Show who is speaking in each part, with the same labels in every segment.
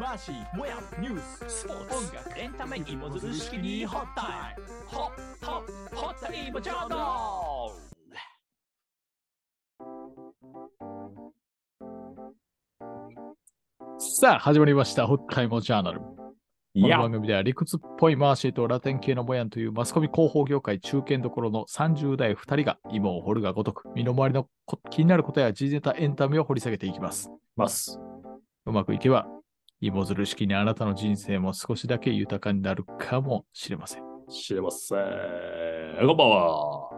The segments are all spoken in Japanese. Speaker 1: 話もやニューススポーツ音楽エンタメ芋づる式にホッタイムホッホッホッタイムチャンネル
Speaker 2: さあ、始まりました。ホッタイモジャーナル。こ
Speaker 1: い
Speaker 2: の
Speaker 1: や
Speaker 2: 番組では理屈っぽいマーシーとラテン系のボヤンというマスコミ広報業界中堅どころの30代2人が今を掘るがごとく、身の回りのこ気になることや時事ネタエンタメを掘り下げていきます。
Speaker 1: ます
Speaker 2: うまくいけば、芋づる式にあなたの人生も少しだけ豊かになるかもしれません。よ
Speaker 1: 知れませんこんばんは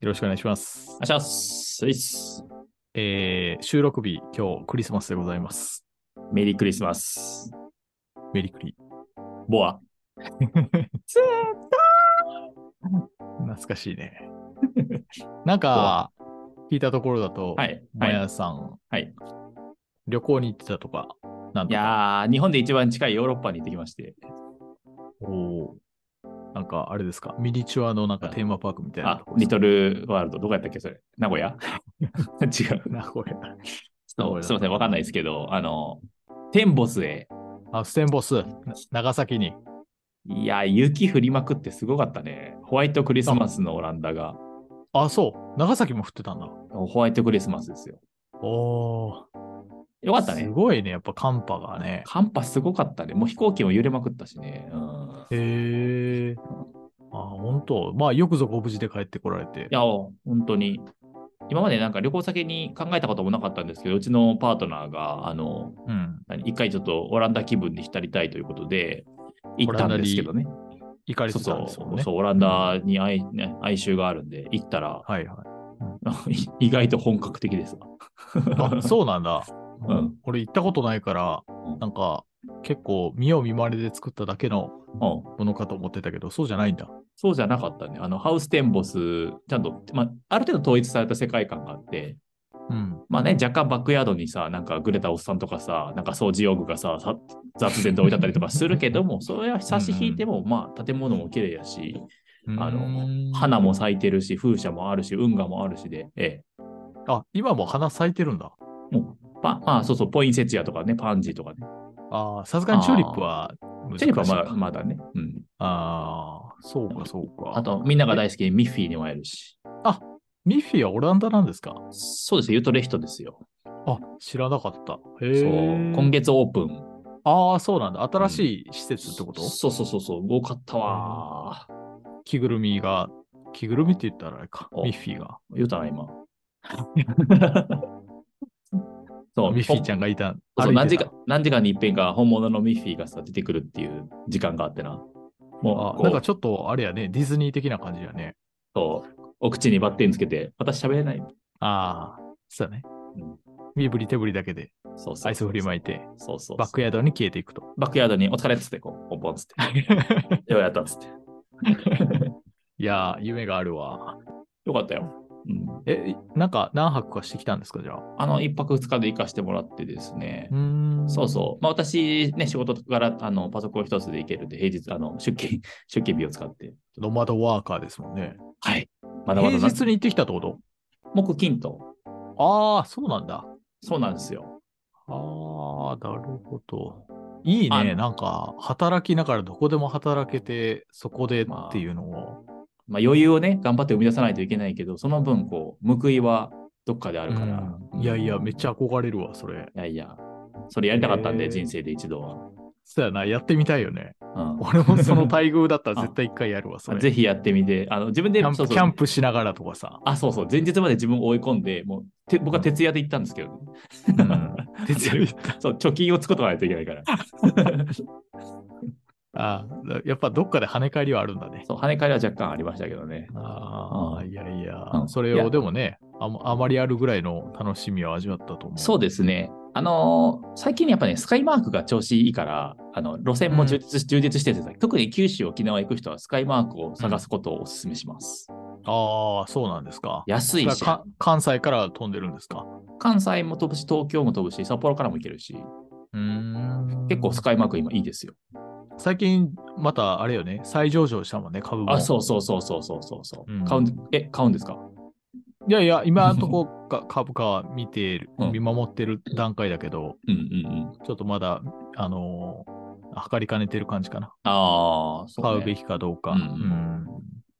Speaker 2: ろしくお願いしま
Speaker 1: お
Speaker 2: す
Speaker 1: 願。いしますういっす
Speaker 2: えー、収録日、今日クリスマスでございます。
Speaker 1: メリークリスマス
Speaker 2: メリクリ。
Speaker 1: ボア
Speaker 2: 懐かしいね。 なんか、聞いたところだと、
Speaker 1: はい
Speaker 2: マ
Speaker 1: はい
Speaker 2: ヤさん、
Speaker 1: はい
Speaker 2: 旅行に行ってたとか、なん
Speaker 1: い
Speaker 2: とか
Speaker 1: やー日本で一番近いヨーロッパに行ってきまして
Speaker 2: おーなんかあれですか、ミニチュアのなんかテーマパークみたいな
Speaker 1: あ
Speaker 2: とこ
Speaker 1: リトルワールドどこやったっけそれ名古屋 違う
Speaker 2: 名古屋。
Speaker 1: そうすいませんわかんないですけどあのテンボスへ
Speaker 2: あ、ステンボス、な長崎に。
Speaker 1: いや、雪降りまくってすごかったね。ホワイトクリスマスのオランダが、
Speaker 2: あ、そう、長崎も降ってたんだ。
Speaker 1: ホワイトクリスマスですよ。
Speaker 2: お
Speaker 1: よかった
Speaker 2: す
Speaker 1: ね。
Speaker 2: ごいね、やっぱ寒波がね。
Speaker 1: 寒波すごかったね。もう飛行機も揺れまくったしね。うん、い
Speaker 2: へえ。あ、本当まあ、よくぞご無事で帰ってこられて。
Speaker 1: や、本当に。今までなんか旅行先に考えたこともなかったんですけど、うちのパートナーが、あの、
Speaker 2: うん。
Speaker 1: 何一回ちょっとオランダ気分に浸りたいということで、行ったんですけどね。
Speaker 2: 怒り
Speaker 1: そ
Speaker 2: て
Speaker 1: う
Speaker 2: たん
Speaker 1: そ
Speaker 2: ですもん
Speaker 1: う
Speaker 2: ね。
Speaker 1: そう、オランダに哀,、ね、哀愁があるんで、行ったら、
Speaker 2: はいはい。
Speaker 1: 意外と本格的ですわ。
Speaker 2: あ、そうなんだ。
Speaker 1: うん
Speaker 2: うん俺行ったことないから
Speaker 1: ん、
Speaker 2: なんか結構見よう見まねで作っただけの
Speaker 1: うん
Speaker 2: ものかと思ってたけど、そうじゃないんだ。
Speaker 1: そうじゃなかったね。あの、ハウステンボス、ちゃんと、まあ、ある程度統一された世界観があって、
Speaker 2: うん。
Speaker 1: まあね、若干バックヤードにさ、なんかグレたおっさんとかさ、なんか掃除用具がさ、さ雑然と置いてあったりとかするけど も、それは差し引いても、まあ、建物も綺麗やし、あの、花も咲いてるし、風車もあるし、運河もあるしで、え
Speaker 2: あ、今も花咲いてるんだ。
Speaker 1: え、もう、パまあ、そうそう、ポインセチアとかね、パンジーとかね。
Speaker 2: ああ、さすがにチューリップは難し
Speaker 1: チ
Speaker 2: い
Speaker 1: ェリ
Speaker 2: か
Speaker 1: フはまだ、まだね。うん。
Speaker 2: ああ、そうかそうか。
Speaker 1: あと、みんなが大好きなミッフィーにも会えるし。
Speaker 2: ミッフィーはオランダなんですか
Speaker 1: そうですよ、ユトレヒトですよ。
Speaker 2: あ、知らなかった。
Speaker 1: そ
Speaker 2: へ
Speaker 1: う
Speaker 2: え。。
Speaker 1: 今月オープン。
Speaker 2: ああ、そうなんだ。新しい施設ってこと、
Speaker 1: そうそうそうそう、多かったわー。
Speaker 2: 着ぐるみが、着ぐるみって言ったらあれか。
Speaker 1: お
Speaker 2: ミッフィーが。
Speaker 1: 言うたな、 今。そう、
Speaker 2: ミッフィーちゃ
Speaker 1: ん。
Speaker 2: んがいた。
Speaker 1: そう
Speaker 2: 歩い
Speaker 1: 何
Speaker 2: て
Speaker 1: 時
Speaker 2: た
Speaker 1: 間何時間に一遍か本物のミッフィーがさ出てくるっていう時間があってな。も
Speaker 2: あ
Speaker 1: う
Speaker 2: なん
Speaker 1: こ
Speaker 2: か
Speaker 1: う
Speaker 2: ちょっとあれやね、ディズニー的な感じやね。
Speaker 1: そうお口にバッテンつけて、私喋れない。
Speaker 2: ああ、そうだね
Speaker 1: うん。
Speaker 2: 身振り手振りだけで
Speaker 1: そうそうそう
Speaker 2: アイス振りまいて、
Speaker 1: そうそう
Speaker 2: バックヤードに消えていくと。
Speaker 1: バックヤードにお疲れっつって、こう、ポンポンっつって。 ようやったっつって。
Speaker 2: いやー、夢があるわ。
Speaker 1: よかったよ。うん、
Speaker 2: え、なんか何泊かしてきたんですか、じゃあ。
Speaker 1: あの、一泊二日で行かしてもらってですね。
Speaker 2: うーん
Speaker 1: そうそう。まあ私、ね、仕事からあのパソコン一つで行けるんで、平日、あの出勤、 出勤日を使って。
Speaker 2: ノマドワーカーですもんね。
Speaker 1: はい。まだ
Speaker 2: 平
Speaker 1: まだな
Speaker 2: 日に行ってきたってこと
Speaker 1: 木金と。
Speaker 2: ああ、そうなんだ。
Speaker 1: そうなんですよ。
Speaker 2: ああ、なるほど。いい
Speaker 1: あ
Speaker 2: ね。なんか、働きながらどこでも働けて、そこでっていうのを。
Speaker 1: まあ余裕をね、頑張って生み出さないといけないけど、その分、こう、報いはどっかであるから。
Speaker 2: うんいやいや、めっちゃ憧れるわ、それ。
Speaker 1: いやいや、それやりたかったん
Speaker 2: へ
Speaker 1: で、
Speaker 2: ー
Speaker 1: 人生で一度は。
Speaker 2: そうやな、やってみたいよね。
Speaker 1: うん
Speaker 2: 俺もその待遇だったら絶対一回やるわ、それ。
Speaker 1: ぜひやってみて、あの自分
Speaker 2: キ
Speaker 1: で
Speaker 2: ャンプ
Speaker 1: そうそう。
Speaker 2: キャンプしながらとかさ
Speaker 1: あ、そうそう、前日まで自分を追い込んで、もうて僕は徹夜で行ったんですけど、ね、
Speaker 2: うん徹夜で
Speaker 1: そう貯金を作っとかないといけないから。
Speaker 2: ああやっぱどっかで跳ね返りはあるんだね。
Speaker 1: そう跳ね返りは若干ありましたけどね。
Speaker 2: ああ、いやいや、
Speaker 1: うん
Speaker 2: それ
Speaker 1: い
Speaker 2: を
Speaker 1: や
Speaker 2: でもねあま、あまりあるぐらいの楽しみを味わったと思う。
Speaker 1: そうですね。あのー最近やっぱね、スカイマークが調子いいから、あの路線も充実,、充実しててさ、特に九州、沖縄行く人はスカイマークを探すことをお勧めします。
Speaker 2: ああ、そうなんですか。
Speaker 1: 安いし
Speaker 2: それ、はか関西から飛んでるんですか。
Speaker 1: 関西も飛ぶし、東京も飛ぶし、札幌からも行けるし、
Speaker 2: うーん
Speaker 1: 結構スカイマーク今いいですよ。
Speaker 2: 最近、またあれよね、再上場したもんね、株も。
Speaker 1: あ、そうそうそうそうそうそうそう、
Speaker 2: うん
Speaker 1: 買うん。え、買うんですか
Speaker 2: いやいや、今のとこか株価は見てる、
Speaker 1: うん
Speaker 2: 見守ってる段階だけど、
Speaker 1: うんうんうん。
Speaker 2: ちょっとまだ、あのー測りかねてる感じかな。
Speaker 1: ああ、そう、
Speaker 2: 買
Speaker 1: ね。
Speaker 2: うべきかどうか。
Speaker 1: うん
Speaker 2: うん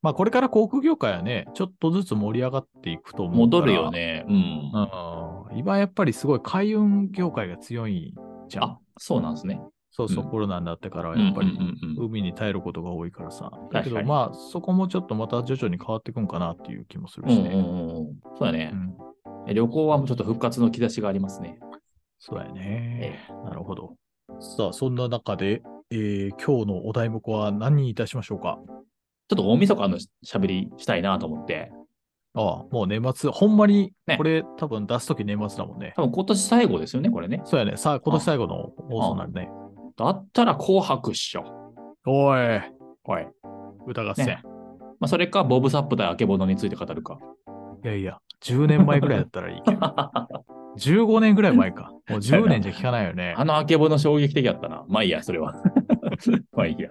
Speaker 2: まあ、これから航空業界はね、ちょっとずつ盛り上がっていくと思うか
Speaker 1: 戻
Speaker 2: ら
Speaker 1: るよ。ね。うん。
Speaker 2: うん、今やっぱりすごい海運業界が強いじゃん
Speaker 1: あ。、そうなんですね。
Speaker 2: そうそう、
Speaker 1: うん
Speaker 2: コロナになってからはやっぱり
Speaker 1: うんうんうんうん
Speaker 2: 海に耐えることが多いからさ。だ
Speaker 1: 確
Speaker 2: け
Speaker 1: か
Speaker 2: ど
Speaker 1: に
Speaker 2: まあそこもちょっとまた徐々に変わっていくんかなっていう気もする
Speaker 1: うん
Speaker 2: し
Speaker 1: うん
Speaker 2: ね。
Speaker 1: うんうん。そうだね
Speaker 2: う。ん
Speaker 1: え旅行はもうちょっと復活の兆しがありますね。
Speaker 2: そうだよね。なるほど。さあそんな中で、えー今日のお題目は何にいたしましょうか
Speaker 1: ちょっと大晦日のしゃべりしたいなと思って。
Speaker 2: ああ、もう年末、ほんまに
Speaker 1: ね
Speaker 2: これ、多分出すとき年末だもんね。
Speaker 1: 多分今年最後ですよね、これね。
Speaker 2: そうやね。さあ、今年最後の放送になるね。
Speaker 1: だったら紅白っしょ。
Speaker 2: おい、
Speaker 1: はい。
Speaker 2: 歌合戦。
Speaker 1: ねまあ、それか、ボブ・サップ対あけぼのについて語るか。
Speaker 2: いやいや、10年前ぐらいだったらいいけど。15年ぐらい前か。もう10年じゃ聞かないよね。
Speaker 1: あのあけぼの衝撃的だったな。まあいいや、それ は。まあいいや。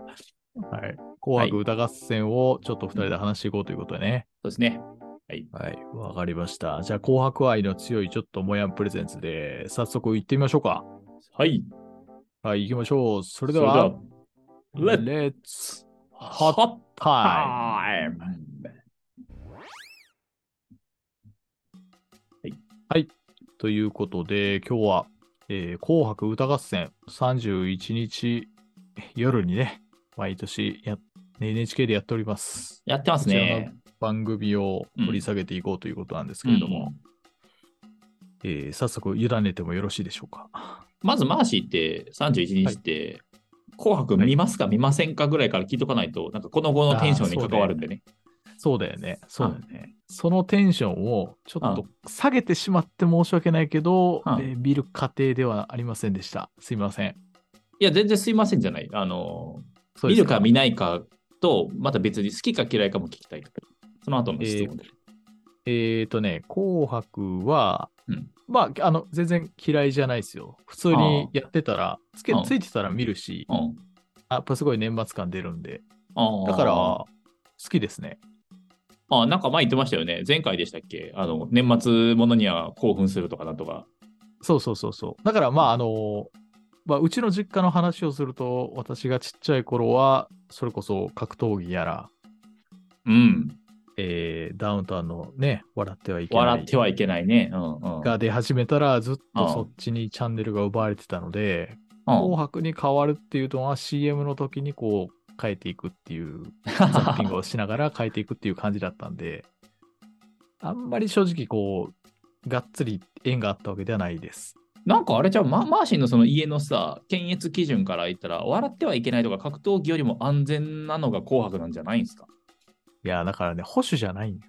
Speaker 1: そ
Speaker 2: はい。紅白歌合戦をちょっと2人で話していこうということでね。
Speaker 1: うですね。
Speaker 2: はい。わかりました。じゃあ、紅白愛の強いちょっともやんプレゼンツで、早速行ってみましょうか。
Speaker 1: はい。
Speaker 2: はい、行きましょう。そ
Speaker 1: そ
Speaker 2: れでは、
Speaker 1: れでは、レッ
Speaker 2: レッツ
Speaker 1: ホット
Speaker 2: タイ
Speaker 1: タイム。
Speaker 2: ムということで、今日は、えー紅白歌合戦31日 夜にね、毎年や NHK でやっております。
Speaker 1: やってますね。
Speaker 2: 番組を掘り下げていこうということなんですけれども、えー早速委ねてもよろしいでしょうか。
Speaker 1: まずマーシーって31日って、紅白見ますか見ませんかぐらいから聞いとかないと、なんかこの後のテンションに関わるんでね。
Speaker 2: そうだよね。そうだよね。そのテンションをちょっと下げてしまって申し訳ないけど、
Speaker 1: うん
Speaker 2: えー見る過程ではありませんでした。すいません。
Speaker 1: いや、全然すいませんじゃない。あの、
Speaker 2: そうで
Speaker 1: 見
Speaker 2: す
Speaker 1: るか見ないかと、また別に好きか嫌いかも聞きたい。その後の質問で。
Speaker 2: えっ、とね、紅白は、
Speaker 1: うん
Speaker 2: まあ、あの、全然嫌いじゃないですよ。普通にやってたら、つけ
Speaker 1: うん
Speaker 2: ついてたら見るし、
Speaker 1: うん
Speaker 2: やっぱすごい年末感出るんで、
Speaker 1: あー
Speaker 2: だから、好きですね。
Speaker 1: あ、なんか前言ってましたよね。前回でしたっけあの、年末ものには興奮するとかなんとか。
Speaker 2: そうそうそうそう。だからまああの、まあ、うちの実家の話をすると、私がちっちゃい頃は、それこそ格闘技やら、
Speaker 1: うん。
Speaker 2: えーダウンタウンのね、笑ってはいけない。
Speaker 1: 笑ってはいけないね。うんうん。
Speaker 2: が出始めたら、ずっ
Speaker 1: あ
Speaker 2: と
Speaker 1: あ
Speaker 2: そっちにチャンネルが奪われてたので、
Speaker 1: うん
Speaker 2: 紅白に変わるっていうのは CM の時にこう変えていくっていう、ザッピングをしながら変えていくっていう感じだったんで、あんまり正直こう、がっつり縁があったわけではないです。
Speaker 1: なんかあれじゃうママーシンのその家のさ、検閲基準から言ったら、笑ってはいけないとか格闘技よりも安全なのが紅白なんじゃないんですか
Speaker 2: いや、だからね、保守じゃないんよ。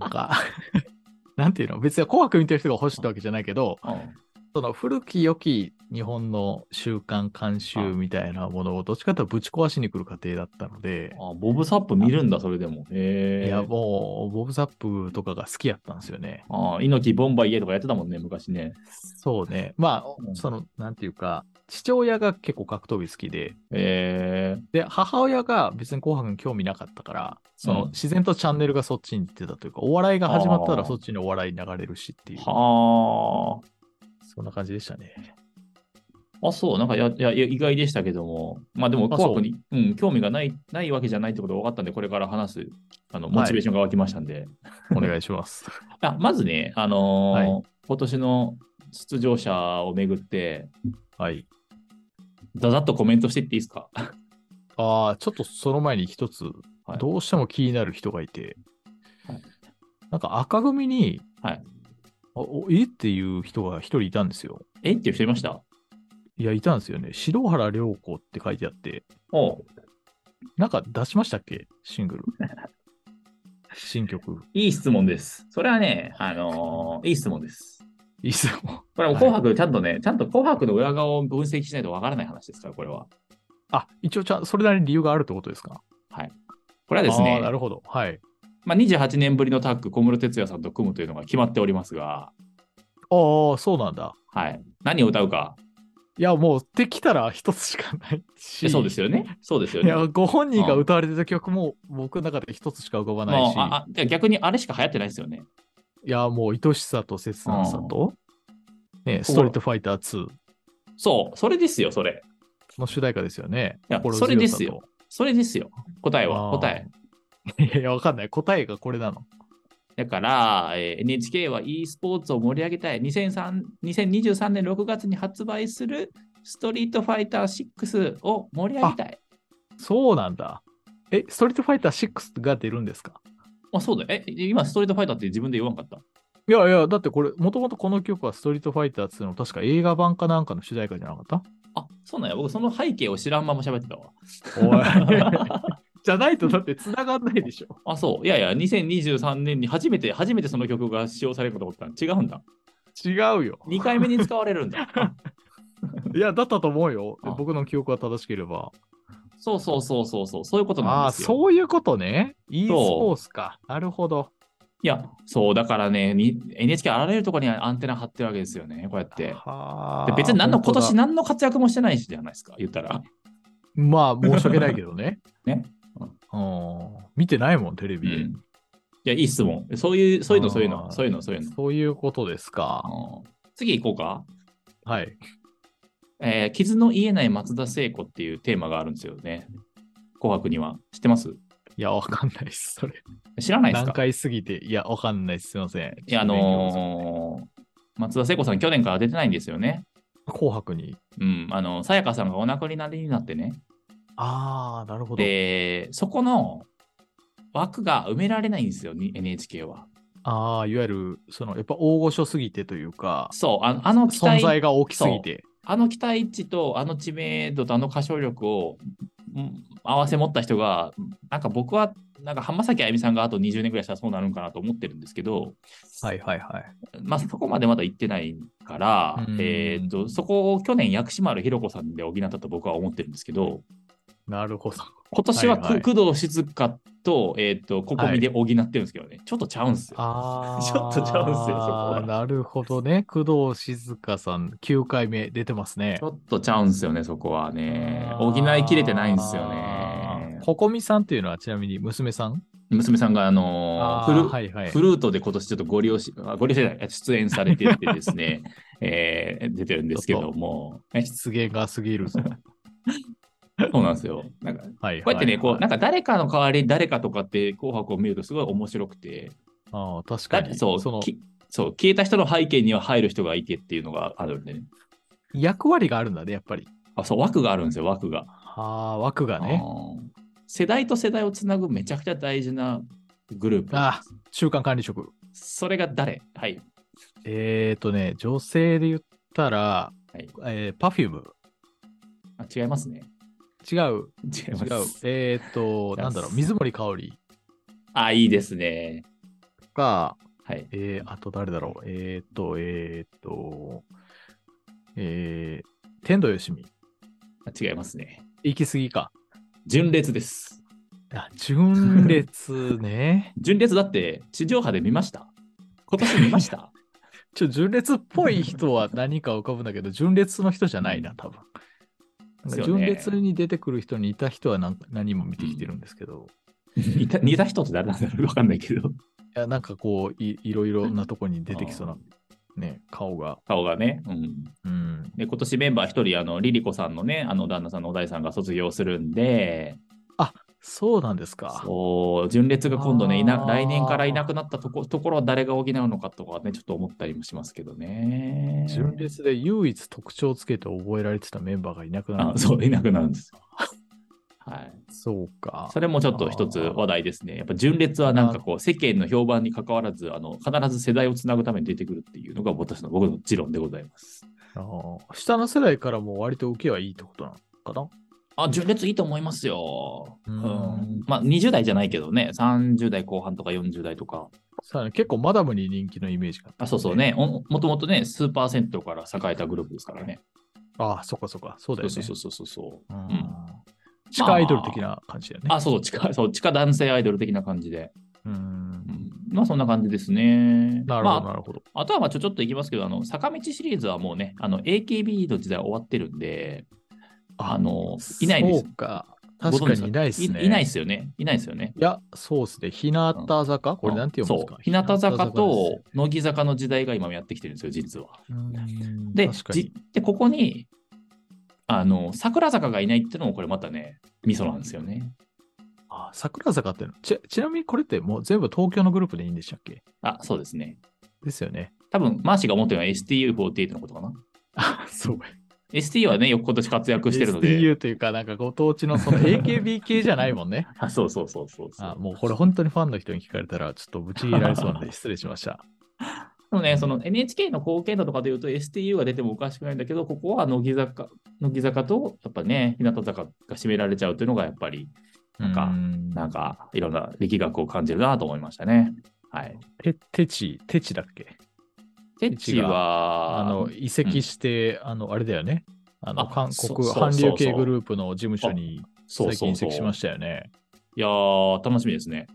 Speaker 2: なんか、なんていうの別に紅白見てる人が保守ってわけじゃないけど、
Speaker 1: うん
Speaker 2: その古き良き日本の習慣慣習みたいなものをどっちかというとぶち壊しに来る過程だったので、
Speaker 1: あ、ボブサップ見るんだ、それでも。へえ。
Speaker 2: いや、もう、ボブサップとかが好きやったんですよね。
Speaker 1: ああ、猪木ボンバイエとかやってたもんね、昔ね。
Speaker 2: そうね。ま
Speaker 1: う
Speaker 2: あ、
Speaker 1: ん
Speaker 2: その、なんていうか、父親が結構格闘技好きで、
Speaker 1: え
Speaker 2: で、母親が別に紅白に興味なかったから、その、
Speaker 1: うん
Speaker 2: 自然とチャンネルがそっちに行ってたというか、お笑いが始まったらそっちにお笑い流れるしってい
Speaker 1: え
Speaker 2: う。
Speaker 1: は
Speaker 2: そんな感じでしたね。
Speaker 1: あ。あ、そう、なんかやいやいや意外でしたけども、まあでも、
Speaker 2: あそう
Speaker 1: 紅白にう、ん、興味がないないわけじゃないってことが分かったんで、これから話すあの
Speaker 2: はい
Speaker 1: モチベーションが湧きましたんで、
Speaker 2: お願い します。
Speaker 1: あまずね、あのー
Speaker 2: は
Speaker 1: 今年の出場者をめぐって、
Speaker 2: はい。
Speaker 1: ざざっとコメントしていっていいですか。
Speaker 2: ああ、ちょっとその前に一つ、
Speaker 1: はい
Speaker 2: どうしても気になる人がいて、
Speaker 1: はい
Speaker 2: なんか赤組に、
Speaker 1: はい
Speaker 2: あおえっていう人が一人いたんですよ。
Speaker 1: えっていう人いました
Speaker 2: いや、いたんですよね。篠原涼子って書いてあって、
Speaker 1: おう
Speaker 2: なんか出しましたっけシングル。新曲。
Speaker 1: いい質問です。それはね、あのーいい質問です。
Speaker 2: いいっすよ。
Speaker 1: これはもう紅白、ちゃんとね、ちゃんと紅白の裏側を分析しないとわからない話ですから、これは。
Speaker 2: あ、一応ちゃん、それなりに理由があるってことですか
Speaker 1: これはです
Speaker 2: あー
Speaker 1: ね
Speaker 2: な、るほど。はい。
Speaker 1: まあ、28年ぶりのタッグ、小室哲哉さんと組むというのが決まっておりますが、
Speaker 2: ああ、そうなんだ。
Speaker 1: はい、何を歌うか、
Speaker 2: いや、もう、できたら一つしかないし。
Speaker 1: えそうですよね、そうですよ
Speaker 2: い
Speaker 1: ね。
Speaker 2: や、ご本人が歌われてた曲も僕の中で一つしか浮かば
Speaker 1: も
Speaker 2: ないうし、
Speaker 1: ああ逆にあれしか流行ってないですよね。
Speaker 2: いや、もう愛しさと切なさと、ね、ストリートファイター2
Speaker 1: そう、それですよ、それ。
Speaker 2: の主題歌ですよね。
Speaker 1: いや
Speaker 2: 心
Speaker 1: それ
Speaker 2: 強
Speaker 1: で
Speaker 2: さ
Speaker 1: すよ
Speaker 2: と。
Speaker 1: それですよ。答えは、
Speaker 2: あー
Speaker 1: 答え。
Speaker 2: いやいや、わかんない。答えがこれなの。
Speaker 1: だから、えー NHK は e スポーツを盛り上げたい2003 2023年6月に発売するストリートファイター6を盛り上げたい。
Speaker 2: そうなんだ。え、ストリートファイター6が出るんですか
Speaker 1: あそうだよ。え、今、ストリートファイターって自分で言わんかった。
Speaker 2: いやいや、だってこれ、もともとこの曲はストリートファイター2の確か映画版かなんかの主題歌じゃなかった
Speaker 1: あそうなんや。僕、その背景を知らんまま喋ってたわ。
Speaker 2: おい。 じゃないとだって繋がんないでしょ。
Speaker 1: あ、そう。いやいや、2023年に初めて、初めてその曲が使用されることだった。違うんだ。
Speaker 2: 違うよ。
Speaker 1: 2回目に使われるん だ。あ
Speaker 2: いや、だったと思うよ
Speaker 1: あ。
Speaker 2: 僕の記憶が正しければ。
Speaker 1: そうそうそうそうそう、そういうこと
Speaker 2: あ
Speaker 1: なん
Speaker 2: あ、
Speaker 1: ですよ。
Speaker 2: そういうことね。e スポーツか。なるほど。
Speaker 1: いや、そう、だからね、に NHK あらゆるところにアンテナ張ってるわけですよね、こうやって。
Speaker 2: は
Speaker 1: で
Speaker 2: あ
Speaker 1: 別に何の今
Speaker 2: 本当だ
Speaker 1: 年何の活躍もしてないしじゃないですか、言ったら。
Speaker 2: まあ、申し訳ないけど ね。
Speaker 1: ね。
Speaker 2: うん。見てないもん、テレ
Speaker 1: うん、
Speaker 2: ビで。
Speaker 1: いや、いい質問。そういう、そういうの、そういう
Speaker 2: あ
Speaker 1: の、
Speaker 2: ー
Speaker 1: そういうの、そういうの。
Speaker 2: そういうことですか。
Speaker 1: うん次行こうか。
Speaker 2: はい。
Speaker 1: えー傷の癒えない松田聖子っていうテーマがあるんですよね。紅白には。知ってます
Speaker 2: いや、わかんないです。それ。
Speaker 1: 知らないです
Speaker 2: 何
Speaker 1: か
Speaker 2: 回すぎて。いや、わかんないです。すいません。
Speaker 1: いや、あのー松田聖子さん、去年から出てないんですよね。
Speaker 2: 紅白に。
Speaker 1: うん、あの、さやかさんがお亡くなりになってね。
Speaker 2: ああ、なるほど。
Speaker 1: で、そこの枠が埋められないんですよ、に NHK は。
Speaker 2: ああ、いわゆる、その、やっぱ大御所すぎてというか、
Speaker 1: そう、あのあの期
Speaker 2: 存
Speaker 1: 待
Speaker 2: 在が大きすぎて。
Speaker 1: あの期待値とあの知名度とあの歌唱力をうん合わせ持った人が、なんか僕は、なんか浜崎あゆみさんがあと20年ぐらいしたらそうなるんかなと思ってるんですけど、
Speaker 2: はいはいはい。
Speaker 1: まあ、そこまでまだ行ってないから、
Speaker 2: うん
Speaker 1: えーっとそこを去年薬師丸ひろ子さんで補ったと僕は思ってるんですけど、
Speaker 2: なるほど。
Speaker 1: 今年はく、
Speaker 2: はいはい
Speaker 1: 工藤静香と、えーっと、ココミで補ってるんですけどね、ちょっとちゃうんですよ。
Speaker 2: ああ。
Speaker 1: ちょっとちゃうんすよそこは
Speaker 2: なるほどね。工藤静香さん、9回目出てますね
Speaker 1: ち。ょっとちゃうんですよね、そこはね。補いきれてないんですよね。
Speaker 2: ここみさんっていうのはちなみに娘さん
Speaker 1: 娘さんが、あの
Speaker 2: あ
Speaker 1: フ
Speaker 2: ー
Speaker 1: ル、
Speaker 2: はいはい
Speaker 1: フ。ルートで今年ちょっとご利用し、あご利用してない出演されていてです ね、えー出てるんですけども、え
Speaker 2: 失言が過ぎる ぞ。
Speaker 1: そうなんですよ。なんかこ
Speaker 2: はいはい。
Speaker 1: うやってね、こう、なんか誰かの代わりに誰かとかって紅白を見るとすごい面白くて、
Speaker 2: ああ、確か
Speaker 1: だ
Speaker 2: に。
Speaker 1: そう
Speaker 2: その、
Speaker 1: きそう、消えた人の背景には入る人がいてっていうのがあるんでね。
Speaker 2: 役割があるんだね、やっぱり。
Speaker 1: あ、そう、枠があるんですよ、枠が。
Speaker 2: ああ、枠がね。
Speaker 1: うん世代と世代をつなぐめちゃくちゃ大事なグループ。
Speaker 2: あ中間管理職。
Speaker 1: それが誰はい。
Speaker 2: えっ、ー、とね、女性で言ったら、
Speaker 1: はい
Speaker 2: えー、Perfume。
Speaker 1: あ違いますね。
Speaker 2: 違う、
Speaker 1: 違い
Speaker 2: 違
Speaker 1: ます。
Speaker 2: う。えっ、ー、と、なんだろう、水森かおり
Speaker 1: あ、いいですね。
Speaker 2: が、
Speaker 1: はい。
Speaker 2: えー、あと誰だろう、えっ、ー、と、えっ、ー、と、えー、天童よしみ。
Speaker 1: あ違いますね。
Speaker 2: 行き過ぎか。
Speaker 1: 純烈です。
Speaker 2: あ、純烈ね。
Speaker 1: 純烈だって地上波で見ました今年見ました
Speaker 2: ちょ、純烈っぽい人は何か浮かぶんだけど、純烈の人じゃないな、多分。
Speaker 1: ですよ
Speaker 2: 純
Speaker 1: ね
Speaker 2: 烈に出てくる人にいた人は何何人も見てきてるんですけど、
Speaker 1: 似た似た人って誰なんだろうわかんないけど。
Speaker 2: いやなんかこうい、いろいろなとこに出てきそう
Speaker 1: う
Speaker 2: な、ね、顔が。
Speaker 1: 顔がね。うん。
Speaker 2: うん。
Speaker 1: で、今年メンバー一人、あの、リリコさんのね、あの、旦那さんのお大さんが卒業するんで、
Speaker 2: そうなんですか。
Speaker 1: そう、純烈が今度ね、いな
Speaker 2: あー
Speaker 1: 来年からいなくなったとこところは誰が補うのかとかね、ちょっと思ったりもしますけどね。
Speaker 2: 純烈で唯一特徴をつけて覚えられてたメンバーがいなくな
Speaker 1: あ
Speaker 2: る。
Speaker 1: そう、いなくなるんですよ。はい。
Speaker 2: そうか。
Speaker 1: それもちょっと一つ話題ですね。やっぱ純烈はなんかこう世間の評判に関わらず、あの必ず世代をつなぐために出てくるっていうのが私の僕の持論でございます。
Speaker 2: あー下の世代からも割と受けはいいってことなのかな
Speaker 1: あ、純烈いいと思いますよ。う
Speaker 2: うんん
Speaker 1: まあ20代じゃないけどね、30代後半とか40代とか。
Speaker 2: さらに結構マダムに人気のイメージがあった
Speaker 1: あ、そうそう。ね。おもともとね、スーパー銭湯から栄えたグループですからね。
Speaker 2: ああ、そっかそっか。そう
Speaker 1: そ
Speaker 2: だよ
Speaker 1: う
Speaker 2: ね。
Speaker 1: そうそうそうそうそう。
Speaker 2: うん
Speaker 1: ん
Speaker 2: 地下アイドル的な感じだよね。
Speaker 1: あ、そうそう地下、そう、地下男性アイドル的な感じで。
Speaker 2: うん
Speaker 1: うんまあそんな感じですね。
Speaker 2: なる
Speaker 1: ま
Speaker 2: ほ
Speaker 1: あ
Speaker 2: ど、なるほど。
Speaker 1: あとはまあちょちょっといきますけど、あの坂道シリーズはもうね、あの AKB の時代は終わってるんで、あの、いないんです
Speaker 2: そう。か。確か
Speaker 1: ご存知
Speaker 2: にいないっすね。
Speaker 1: いいないですよね。いないですよね。
Speaker 2: いや、そうっすね。日向坂、これなんて読むん
Speaker 1: そう
Speaker 2: です
Speaker 1: 日
Speaker 2: か
Speaker 1: 向坂と乃木坂の時代が今やってきてるんですよ、実は。
Speaker 2: で
Speaker 1: で、
Speaker 2: すね、確かに
Speaker 1: じでここに、あの、桜坂がいないっていうのも、これまたね、ミソなんですよね。
Speaker 2: あ桜坂ってのち、ちなみにこれってもう全部東京のグループでいいんでしたっけ
Speaker 1: あ、そうですね。
Speaker 2: です よね。
Speaker 1: 多分マーシーが思ってるのは STU48 のことかな。
Speaker 2: あ、そう。
Speaker 1: STU はね、よく今年活躍してるので。
Speaker 2: STU というか、なんかご当地のその AKB 系じゃないもんね。
Speaker 1: あそうそうそう そうそう
Speaker 2: あもうこれ本当にファンの人に聞かれたら、ちょっとブチ切られそうなん で失礼しました。
Speaker 1: でもね、その NHK の貢献度とかでいうと STU が出てもおかしくないんだけど、ここは乃木坂、乃木坂と、やっぱね、日向坂が占められちゃうっていうのが、やっぱり、なんかなんか、いろんな力学を感じるなと思いましたね。はい。
Speaker 2: て、てち、てちだっけ
Speaker 1: テッチは、
Speaker 2: あの、移籍して、あの、あれだよね。あの、
Speaker 1: あ
Speaker 2: 韓国、
Speaker 1: そうそう
Speaker 2: 韓流
Speaker 1: そう
Speaker 2: 系
Speaker 1: そう
Speaker 2: グループの事務所に
Speaker 1: そう
Speaker 2: 最
Speaker 1: そ
Speaker 2: 近
Speaker 1: う
Speaker 2: 移
Speaker 1: そう。
Speaker 2: 籍しま
Speaker 1: い
Speaker 2: したよね。
Speaker 1: やー、楽しみですね。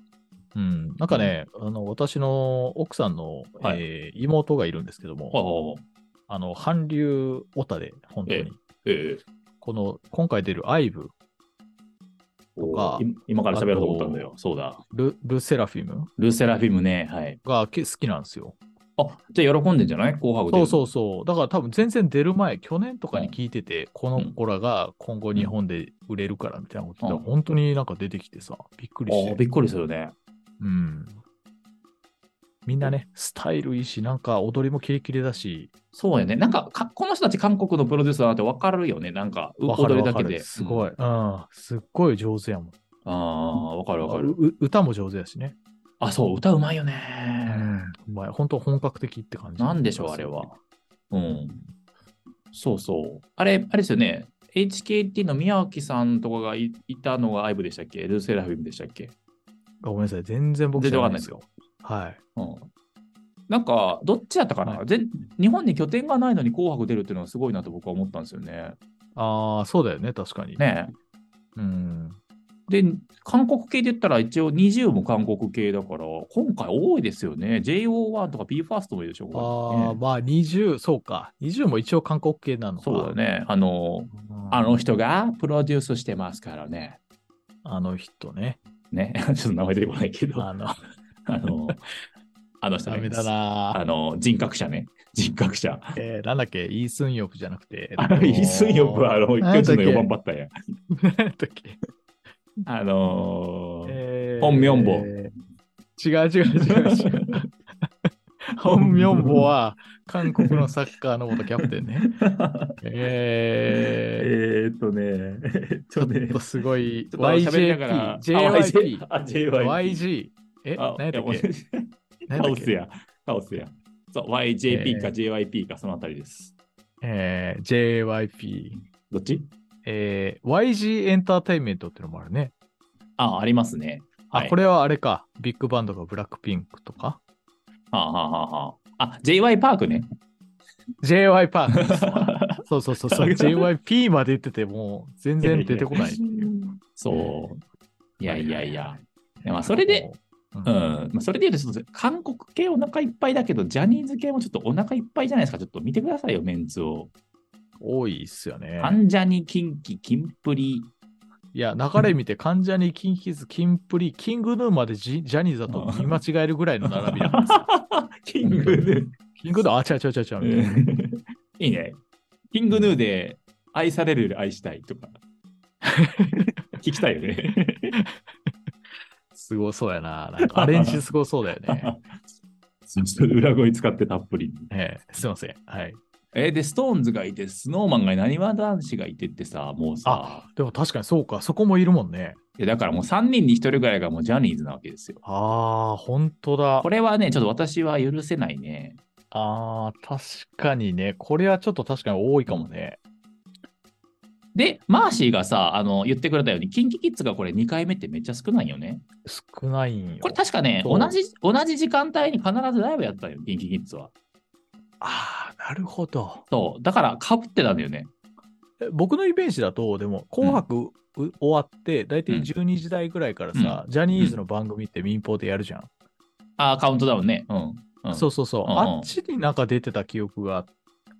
Speaker 2: うん。なんかね、あの、私の奥さんの、
Speaker 1: はい
Speaker 2: えー妹がいるんですけども、
Speaker 1: ああ、
Speaker 2: あの、韓流オタで、本当
Speaker 1: え
Speaker 2: に
Speaker 1: え。ええ
Speaker 2: この、今回出るアイブ、とか
Speaker 1: おい今から喋ろうと思ったんだよ。そうだ。
Speaker 2: ルルセラフィム
Speaker 1: ルセラフィムね。はい。
Speaker 2: がけ好きなんですよ。
Speaker 1: あ、じゃあ喜んでんじゃない紅白で。
Speaker 2: そうそうそう。だから多分全然出る前、去年とかに聞いてて、この子らが今後日本で売れるからみたいなこと言ったら、
Speaker 1: うん
Speaker 2: 本当になんか出てきてさ、びっくりし
Speaker 1: あ
Speaker 2: て
Speaker 1: ー。びっくりするね。
Speaker 2: うん。みんなね、スタイルいいし、なんか踊りもキレキレだし、
Speaker 1: そうやね。なんかか、この人たち韓国のプロデューサーだって分かるよね。なんか、う
Speaker 2: わかる
Speaker 1: 踊り
Speaker 2: わ
Speaker 1: だ
Speaker 2: か
Speaker 1: け
Speaker 2: る。
Speaker 1: で。
Speaker 2: すご
Speaker 1: い。
Speaker 2: い。うん、すっごい上手やもん。
Speaker 1: ああ、分かる分かる。
Speaker 2: うう歌も上手やしね。
Speaker 1: あ、そう、歌うまいよ
Speaker 2: う
Speaker 1: ね。
Speaker 2: ん。うまい。本当本格的って感じ。
Speaker 1: なんでしょう、あれは。。うん。そうそう。あれ、あれですよね。HKT の宮脇さんとかがいいたのが IVE でしたっけルセラフィムでしたっけ
Speaker 2: ごめんなさい。全然僕
Speaker 1: 全然わかんないです
Speaker 2: で
Speaker 1: す
Speaker 2: よ。
Speaker 1: よ。
Speaker 2: はい。
Speaker 1: うんなんか、どっちやったかな、
Speaker 2: は
Speaker 1: 全日本に拠点がないのに紅白出るっていうのはすごいなと僕は思ったんですよね。
Speaker 2: ああ、そうだよね、確かに。。
Speaker 1: ね
Speaker 2: うん。
Speaker 1: で、韓国系で言ったら一応20も韓国系だから、今回多いですよね。JO1 とか BE:FIRST もいるでしょ、
Speaker 2: あ
Speaker 1: ここに
Speaker 2: あ、
Speaker 1: ね
Speaker 2: まあ20、そうか。20も一応韓国系なのか。
Speaker 1: そうだ。ね。あの、あ、の人がプロデュースしてますからね。
Speaker 2: あの人ね。
Speaker 1: ね。 ちょっと名前出てこないけど、あ
Speaker 2: あの、
Speaker 1: の、あの人
Speaker 2: ダ
Speaker 1: がい
Speaker 2: メ
Speaker 1: ます
Speaker 2: だな。
Speaker 1: あの、人格者ね。人格者。
Speaker 2: えーなんだっけ、イースンヨプじゃなくて。
Speaker 1: あの、イ・スンヨプは、あの、巨
Speaker 2: なんだっ
Speaker 1: 人
Speaker 2: け
Speaker 1: の4番バッターや。
Speaker 2: 何だっけ。
Speaker 1: あのー、
Speaker 2: えー
Speaker 1: 本名簿
Speaker 2: 違う違う違う違 う。本名簿は韓国のサッカーの元キャプテンね。 え
Speaker 1: え
Speaker 2: ー
Speaker 1: ーっとね、えーっ
Speaker 2: ちょ
Speaker 1: と
Speaker 2: っ
Speaker 1: ね
Speaker 2: と、すごい。
Speaker 1: ちょっと喋りなが
Speaker 2: YJP
Speaker 1: ら、、
Speaker 2: JYP
Speaker 1: あ、、あ JYP。
Speaker 2: YG。え、
Speaker 1: あ
Speaker 2: 何やったっ
Speaker 1: いや
Speaker 2: け
Speaker 1: もう
Speaker 2: 何
Speaker 1: カ
Speaker 2: や
Speaker 1: オ
Speaker 2: ったっ
Speaker 1: ス
Speaker 2: け
Speaker 1: や、カオスや。そう、YJP か
Speaker 2: え
Speaker 1: JYP かそのあたりです。
Speaker 2: えー JYP。
Speaker 1: どっち
Speaker 2: えー YG エンターテインメントってのもあるね。
Speaker 1: あ、ありますね。は
Speaker 2: あ、
Speaker 1: い
Speaker 2: これはあれか。ビッグバンドがブラックピンクとか。
Speaker 1: はあ、はあはあはあ、あ、JY パークね。
Speaker 2: JY パークですわ。そうそうそうそう。JYP まで言ってて、もう全然出てこないっていう。
Speaker 1: そう。いやいやいや。いやまあ
Speaker 2: あ
Speaker 1: それで、、
Speaker 2: うん
Speaker 1: うん。まあ、それで言うと、ちょっと韓国系お腹いっぱいだけど、ジャニーズ系もちょっとお腹いっぱいじゃないですか。ちょっと見てくださいよ、メンツを。
Speaker 2: 多いっすよね。
Speaker 1: 関ジャニ、キンキ、キンプリ。
Speaker 2: いや、流れ見て、関ジャニ、キンキズ、キンプリ、キングヌーまでジジャニーズだと見間違えるぐらいの並びなんですよ。
Speaker 1: キングヌー。
Speaker 2: キングヌー、あ、違う違う違う違うみたいな。
Speaker 1: いいね。キングヌーで愛されるより愛したいと か。聞きたいよね。
Speaker 2: すごそうやな。なんかアレンジすごそうだよ ね。
Speaker 1: そうそう裏声使ってたっぷり。
Speaker 2: ええすいません。はい。
Speaker 1: えーで、ストーンズがいて、スノーマンがいてなにわ男子がいてってさ、もうさ、
Speaker 2: でも確かにそうか、そこもいるもんね。
Speaker 1: いやだからもう3人に1人ぐらいがもうジャニーズなわけですよ。
Speaker 2: ああ、本当だ
Speaker 1: こ。れはね、ちょっと私は許せないね。
Speaker 2: ああ、確かにね。これはちょっと確かに多いかもね。
Speaker 1: で、マーシーがさ、あの言ってくれたように、キンキキッズがこれ2回目ってめっちゃ少ないよね。
Speaker 2: 少ないんよ。
Speaker 1: これ確かね、
Speaker 2: そう
Speaker 1: 同じ同じ時間帯に必ずライブやったよ、キンキキッズは。
Speaker 2: ああ、なるほど。
Speaker 1: そう、だからかぶってたんだよね。
Speaker 2: え僕のイメージだと、でも、紅白う、終わって、大体
Speaker 1: うん
Speaker 2: 12時台ぐらいからさ、ジャニーズの番組って民放でやるじゃん。
Speaker 1: あーカウントダウンね。うん。うん、
Speaker 2: そうそうそう。
Speaker 1: うんうん
Speaker 2: あっちになんか出てた記憶が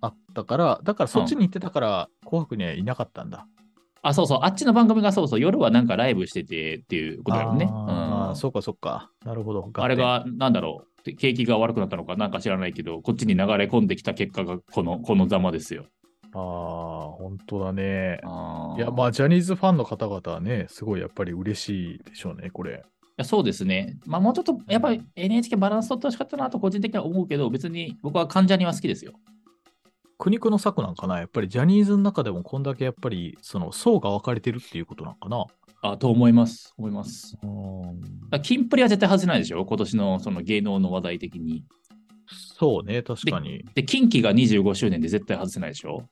Speaker 2: あったから、だからそっちに行ってたから、紅白にはいなかったんだ。
Speaker 1: あ、そうそう、あっちの番組がそうそう、夜はなんかライブしててっていうことだよね。
Speaker 2: あー
Speaker 1: うん
Speaker 2: そうか、そうか。なるほど。
Speaker 1: あれが、なんだろう、て景気が悪くなったのか、なんか知らないけど、こっちに流れ込んできた結果がこの、このざまですよ。
Speaker 2: ああ、本当だね。
Speaker 1: あー
Speaker 2: いや、まあ、ジャニーズファンの方々はね、すごいやっぱり嬉しいでしょうね、これ。
Speaker 1: いやそうですね。まあ、もうちょっと、やっぱり NHK バランス取ってほしかったなと、個人的には思うけど、別に僕は関ジャニは好きですよ。
Speaker 2: 苦肉の策なんかなやっぱりジャニーズの中でもこんだけやっぱり、その層が分かれてるっていうことなんかな
Speaker 1: あと思います。思います。
Speaker 2: うん。
Speaker 1: だからキンプリは絶対外せないでしょ今年のその芸能の話題的に。
Speaker 2: そうね、確かに。
Speaker 1: で、近畿が25周年で絶対外せないでしょ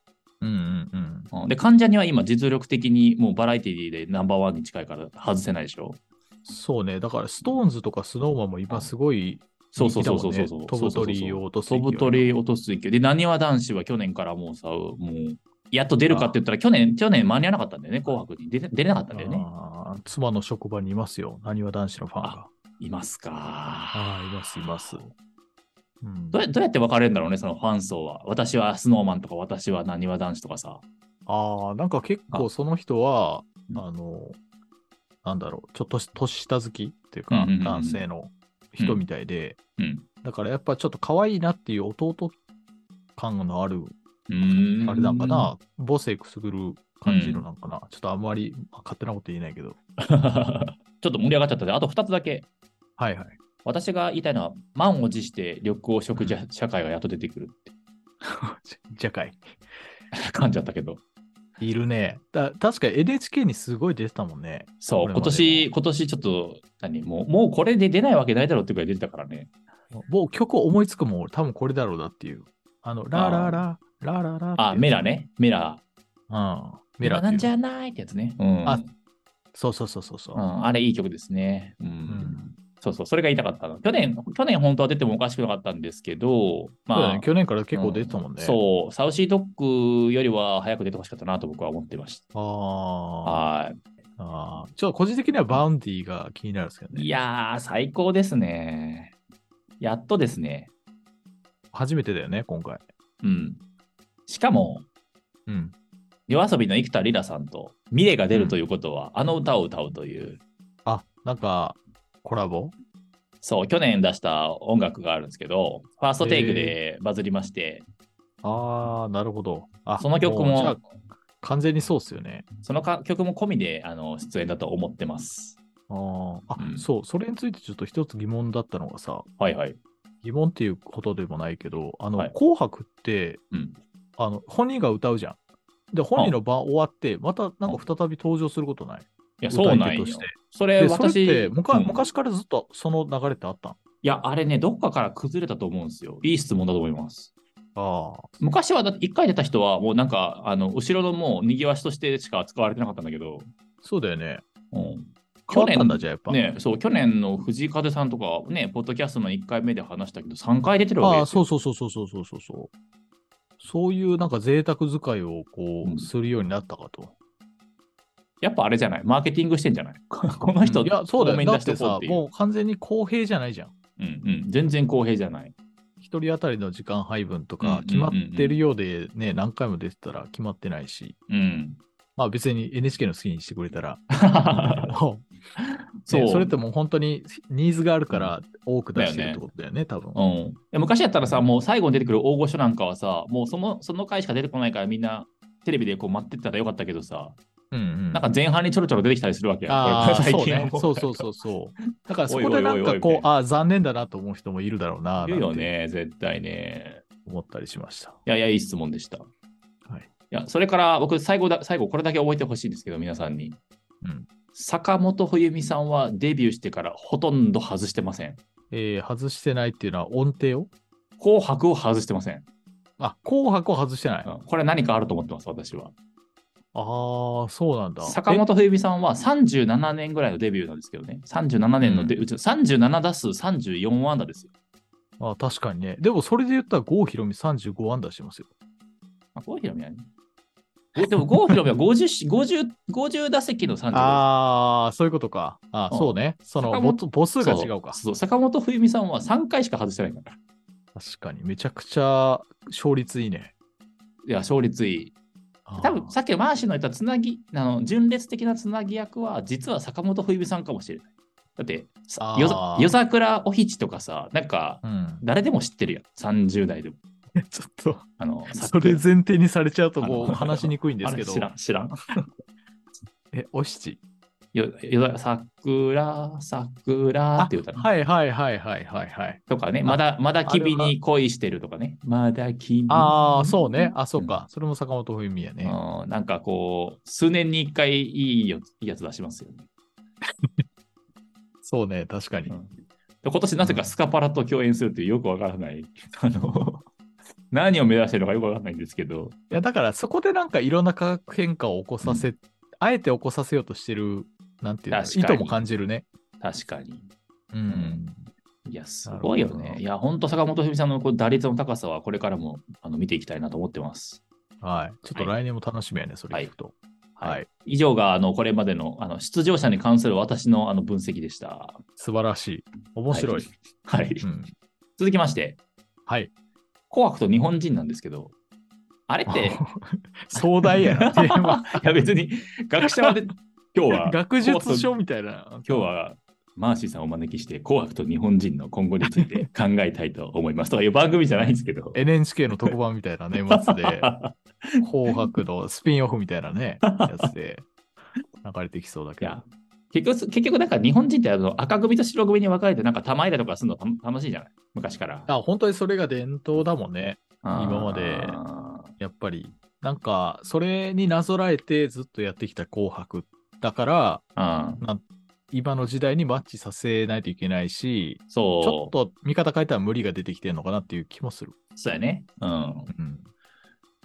Speaker 2: うんうんうん。
Speaker 1: うんで、関ジャニは今実力的にもうバラエティでナンバーワンに近いから外せないでしょ
Speaker 2: そうね、だから、ストーンズとかスノーマンも今すごい、
Speaker 1: そうそうそうそうそうそう、
Speaker 2: 人気だもんね飛ぶ鳥を落とす勢い
Speaker 1: 飛ぶ鳥を落とす勢いで、なにわ男子は去年からもうさ、もう、やっと出るかって言ったら、去年、去年間に合わなかったんだよね、紅白に。出て出れなかったんだよね。
Speaker 2: あー妻の職場にいますよ、なにわ男子のファンが。
Speaker 1: いますか。
Speaker 2: ああ、います、います。うん
Speaker 1: どうやどうやって分かれるんだろうね、そのファン層は。私はスノーマンとか、私はなにわ男子とかさ。
Speaker 2: ああ、なんか結構その人は、
Speaker 1: うん
Speaker 2: あの、なんだろう、ちょっとし年下好きっていうか、
Speaker 1: うんうんうんうん
Speaker 2: 男性の人みたいで、
Speaker 1: うん。
Speaker 2: だからやっぱちょっと可愛いなっていう弟感のある、
Speaker 1: うーん
Speaker 2: あれなん か。な、母性くすぐる感じのなんかな、ちょっとあんまりまあ勝手なこと言えないけど、
Speaker 1: ちょっと盛り上がっちゃったで、あと2つだけ。
Speaker 2: はいはい。
Speaker 1: 私が言いたいのは、満を持して緑黄色社社会がやっと出てくるっ
Speaker 2: じじゃかい。
Speaker 1: て感じだったけど。
Speaker 2: いるね。だ確か NHK にすごい出てたもんね。
Speaker 1: そ
Speaker 2: こ
Speaker 1: う、
Speaker 2: れ
Speaker 1: 今
Speaker 2: までも
Speaker 1: 年、今年ちょっと、何、もう、もうこれで出ないわけないだろうってくらい出てたからね。
Speaker 2: もう曲思いつくもん、多分これだろうなっていう。あの、ラララ、ラララ。
Speaker 1: あ、メラ。ね。メラ。
Speaker 2: うん。メラって
Speaker 1: ないん
Speaker 2: う
Speaker 1: じゃないってやつね。うん。
Speaker 2: あそうそうそうそうそうう。
Speaker 1: ん、あれいい曲ですね。うん。
Speaker 2: ん
Speaker 1: そうそう、それが言いたかったの。去年、去年本当は出てもおかしくなかったんですけど、
Speaker 2: そうだ
Speaker 1: まあ
Speaker 2: ね、、去年から結構出てたもんね。
Speaker 1: うそう、サウシードッグよりは早く出てほしかったなと僕は思ってまし
Speaker 2: あ
Speaker 1: た。
Speaker 2: ー
Speaker 1: は
Speaker 2: あー。ちょっと個人的にはバウンディが気になるんですけど
Speaker 1: い。
Speaker 2: ね。
Speaker 1: いやー、最高ですね。やっとですね。
Speaker 2: 初めてだよね、今回。
Speaker 1: うん。しかも、
Speaker 2: うん。
Speaker 1: 夜遊びの生田リラさんとミレが出るということは、あの歌を歌うという、
Speaker 2: あ、なんか、コラボ
Speaker 1: そう、去年出した音楽があるんですけど、ファーストテイクでバズりまして、
Speaker 2: ああ、なるほど。あ、
Speaker 1: その曲も
Speaker 2: うじゃあ完全にそうっすよね。
Speaker 1: そのか曲も込みであの出演だと思ってます。
Speaker 2: あーあ、
Speaker 1: うん
Speaker 2: そう、それについてちょっと一つ疑問だったのがさ、
Speaker 1: はいはい。
Speaker 2: 疑問っていうことでもないけど、あの、
Speaker 1: はい
Speaker 2: 紅白って、
Speaker 1: うん
Speaker 2: あの、本人が歌うじゃん。で、本人の番終わって、またなんか再び登場することない
Speaker 1: いや、そうな
Speaker 2: 歌い
Speaker 1: ん
Speaker 2: 手
Speaker 1: よ
Speaker 2: として。
Speaker 1: それ
Speaker 2: でそれっ
Speaker 1: 私、
Speaker 2: て昔,、
Speaker 1: うん
Speaker 2: 昔からずっとその流れってあったの
Speaker 1: いや、あれね、どっかから崩れたと思うんですよ。いい質問だと思います。
Speaker 2: ああ。
Speaker 1: 昔はだって1回出た人は、もうなんか、あの後ろのもう、にぎわしとしてしか使われてなかったんだけど、
Speaker 2: そうだよね。
Speaker 1: うん、
Speaker 2: 変
Speaker 1: 去
Speaker 2: わった
Speaker 1: 年
Speaker 2: んだ、じゃあやっぱ。
Speaker 1: ね、そう去年の藤井風さんとか、ね、ポッドキャストの1回目で話したけど、3回出てるわけ
Speaker 2: ああ、
Speaker 1: です
Speaker 2: そ
Speaker 1: よ。
Speaker 2: うそうそうそうそうそうそうそう。そういうなんか贅沢使いをこ
Speaker 1: うん
Speaker 2: う、するようになったかと。
Speaker 1: やっぱあれじゃない、マーケティングしてんじゃない この人、
Speaker 2: いや、そうだよ
Speaker 1: 多め
Speaker 2: ね。
Speaker 1: に
Speaker 2: だ
Speaker 1: 出
Speaker 2: っ
Speaker 1: して
Speaker 2: て
Speaker 1: こう
Speaker 2: さ
Speaker 1: って、いう
Speaker 2: もう完全に公平じゃないじゃん。
Speaker 1: うんうん、全然公平じゃない。
Speaker 2: 一人当たりの時間配分と
Speaker 1: うんうんうん
Speaker 2: か
Speaker 1: うん
Speaker 2: 決まってるようでね、何回も出てたら決まってないし、
Speaker 1: うん、
Speaker 2: まあ別に NHK の好きにしてくれ たら、
Speaker 1: そう
Speaker 2: ねそれってもう本当にニーズがあるから多く出してるってことだよね、多分。
Speaker 1: うん、で昔やったらさ、もう最後に出てくる大御所なんかはさ、もうそのその回しか出てこないからみんなテレビでこう待ってたらよかったけどさ、
Speaker 2: うんうん
Speaker 1: なんか前半にちょろちょろ出てきたりするわけや。
Speaker 2: あ
Speaker 1: こ
Speaker 2: あ、
Speaker 1: れ
Speaker 2: そう
Speaker 1: 最
Speaker 2: ね。
Speaker 1: 近
Speaker 2: そうそうそうそう。だからそ
Speaker 1: お
Speaker 2: こ
Speaker 1: いお
Speaker 2: で
Speaker 1: いお
Speaker 2: ない
Speaker 1: おい
Speaker 2: ん
Speaker 1: みたい
Speaker 2: か
Speaker 1: な
Speaker 2: こう、ああ、残念だなと思う人もいるだろうな、
Speaker 1: 言う
Speaker 2: なん
Speaker 1: よ
Speaker 2: て
Speaker 1: ね、絶対ね。
Speaker 2: 思ったりしました。
Speaker 1: いやいや、いい質問でした。はいや、それから僕最後だ、最後これだけ覚えてほしいんですけど、皆さんに。
Speaker 2: うん
Speaker 1: 坂本冬美さんはデビューしてからほとんど外してません。
Speaker 2: えー外してないっていうのは音程を
Speaker 1: 紅白を外してません。
Speaker 2: あ、紅白を外してない。
Speaker 1: う
Speaker 2: あ
Speaker 1: んこれは何かあると思ってます、私は。
Speaker 2: あー、そうなんだ。
Speaker 1: 坂本冬美さんは37年ぐらいのデビューなんですけどね。37年のデ、うちの37打数34安打ですよ。
Speaker 2: えあ確かにね。でもそれで言ったら郷ひろみ35安打してますよ。
Speaker 1: まあ、郷ひろみは ね。えでも郷ひろみは 50, し 50, 50打席の35打
Speaker 2: ああ、そういうことか。あ
Speaker 1: うん
Speaker 2: そうね。その
Speaker 1: 坂
Speaker 2: 母
Speaker 1: 本
Speaker 2: 母数
Speaker 1: 数
Speaker 2: が違うか。
Speaker 1: そう坂本冬美さんは3回しか外してないから。
Speaker 2: 確かに、めちゃくちゃ勝率いいね。
Speaker 1: いや、勝率いい。多分さっきのマーシーの言ったつなぎ、あの純烈的なつなぎ役は、実は坂本冬美さんかもしれない。だって、さ
Speaker 2: あー
Speaker 1: よざ夜桜おひちとかさ、なんか、
Speaker 2: うん、
Speaker 1: 誰でも知ってるやん、30代でも。
Speaker 2: ちょっと、
Speaker 1: あ の、
Speaker 2: それ前提にされちゃうとも
Speaker 1: あ
Speaker 2: う
Speaker 1: の
Speaker 2: 話しにくいんで
Speaker 1: あ
Speaker 2: す
Speaker 1: れ
Speaker 2: けど
Speaker 1: 知、らん、知らん。
Speaker 2: え、お七
Speaker 1: よよ桜、桜っていう歌ね
Speaker 2: はいはいはいはいはいはい。
Speaker 1: とかね、まだ、まだ君
Speaker 2: あれ
Speaker 1: に恋してるとかね、まだ君に。
Speaker 2: ああ、そうね。あ、そうか。それも坂本冬美やね。
Speaker 1: うんなんかこう、数年に一回いいよいいやつ出しますよね。
Speaker 2: そうね、確かに
Speaker 1: う。んで今年なぜかスカパラと共演するっていうよくわからない、 あの、何を目指してるのかよくわからないんですけど、
Speaker 2: いやだからそこでなんかいろんな化学変化を起こさせ、あえて起こさせようとしてる、なんていうの、
Speaker 1: 確か
Speaker 2: 意
Speaker 1: に
Speaker 2: 図も感じるね。
Speaker 1: 確かに。
Speaker 2: うん。
Speaker 1: いや、すごいよ
Speaker 2: なるほ
Speaker 1: ね。
Speaker 2: ど
Speaker 1: いや、本当坂本冬美さんのこう打率の高さはこれからもあの見ていきたいなと思ってます。
Speaker 2: はい。ちょっと来年も楽しみやね、それ聞くと。はい。
Speaker 1: 以上が、あの、これまでの、あの、出場者に関する私の、あの、分析でした。
Speaker 2: 素晴らしい。面白い。
Speaker 1: はい。
Speaker 2: うん。
Speaker 1: 続きまして、
Speaker 2: はい。
Speaker 1: 紅白と日本人なんですけど、あれ って、
Speaker 2: 壮大や な、テーマ。
Speaker 1: いや別に学者まで今日は
Speaker 2: 学術書みたい な。
Speaker 1: 今日はマーシーさんをお招きして紅白と日本人の今後について考えたいと思いますとかいう番組じゃないんですけど
Speaker 2: NHK の特番みたいな年末 で、紅白のスピンオフみたいなね、やつで流れてきそう だ
Speaker 1: い
Speaker 2: けど
Speaker 1: や。結局結局なんか日本人ってあの赤組と白組に分かれてなんか玉入れとかするのた楽しいじゃない昔から
Speaker 2: あ本当にそれが伝統だもんね。今まで
Speaker 1: あー
Speaker 2: やっぱり。なんか、それになぞらえてずっとやってきた紅白。だから、
Speaker 1: うん
Speaker 2: 今の時代にマッチさせないといけないし、
Speaker 1: そう
Speaker 2: ちょっと見方変えたら無理が出てきてるのかなっていう気もする。
Speaker 1: そうやねうん
Speaker 2: うん。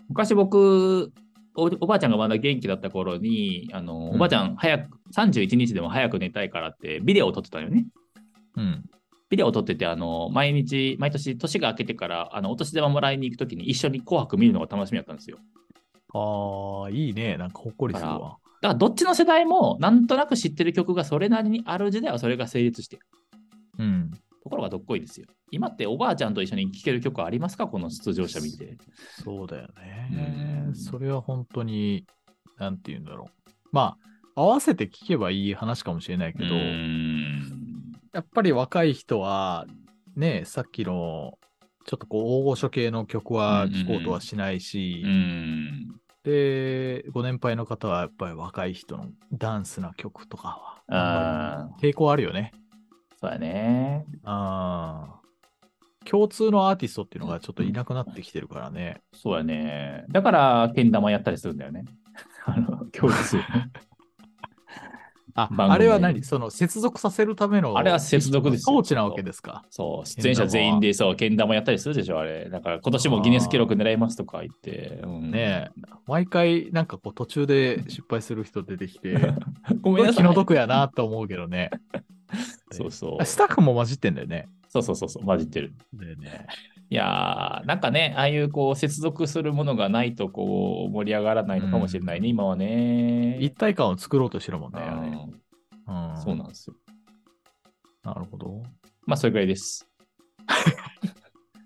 Speaker 1: 昔僕おおばあちゃんがまだ元気だった頃にあの、
Speaker 2: うん
Speaker 1: おばあちゃん早く31日でも早く寝たいからってビデオを撮ってたのよね
Speaker 2: うん。
Speaker 1: ビデオを撮ってて、あの、毎日、毎年、年が明けてから、あの、お年玉もらいに行くときに一緒に紅白見るのが楽しみだったんですよ。
Speaker 2: ああ、いいね。なんかほっこりするわ。
Speaker 1: だから、どっちの世代も、なんとなく知ってる曲がそれなりにある時代はそれが成立してる。
Speaker 2: うん。
Speaker 1: ところがどっこいですよ。今っておばあちゃんと一緒に聴ける曲ありますかこの出場者見て。
Speaker 2: そうだよね。
Speaker 1: うん
Speaker 2: それは本当に、なんて言うんだろう。まあ、合わせて聞けばいい話かもしれないけ
Speaker 1: う
Speaker 2: ど、
Speaker 1: ーん。
Speaker 2: やっぱり若い人は、ね、さっきの、ちょっとこう、大御所系の曲は聴こうとはしないし、
Speaker 1: うーん。
Speaker 2: で、ご年配の方はやっぱり若い人のダンスな曲とかは、あんま
Speaker 1: ああ、
Speaker 2: り抵抗あるよね。
Speaker 1: そうやね。
Speaker 2: あー共通のアーティストっていうのがちょっといなくなってきてるからね。
Speaker 1: そうやね。だから、けん玉やったりするんだよね。 あの、教室。
Speaker 2: あ、
Speaker 1: 番組
Speaker 2: あれは何その接続させるための
Speaker 1: あれは接続ですよ
Speaker 2: 装置なわけですか。
Speaker 1: そう、出演者全員でそう、けん玉やったりするでしょ、あれ。だから今年もギネス記録狙いますとか言って。うん
Speaker 2: ねえ、毎回なんかこう途中で失敗する人出てきて、
Speaker 1: ごめんなさ
Speaker 2: 気の
Speaker 1: い。
Speaker 2: 毒やなと思うけど ね。
Speaker 1: そうそう
Speaker 2: あ。スタッフも混じってんだよね。
Speaker 1: そうそうそうそう、混じってる。
Speaker 2: だよね。
Speaker 1: いやー、なんかね、ああいうこう、接続するものがないと、こう、盛り上がらないのかもしれないね、今はね。
Speaker 2: 一体感を作ろうとしてるも
Speaker 1: う
Speaker 2: んね。あれ
Speaker 1: ん
Speaker 2: うん
Speaker 1: そうなんですよ。
Speaker 2: なるほど。
Speaker 1: まあ、それぐらいです。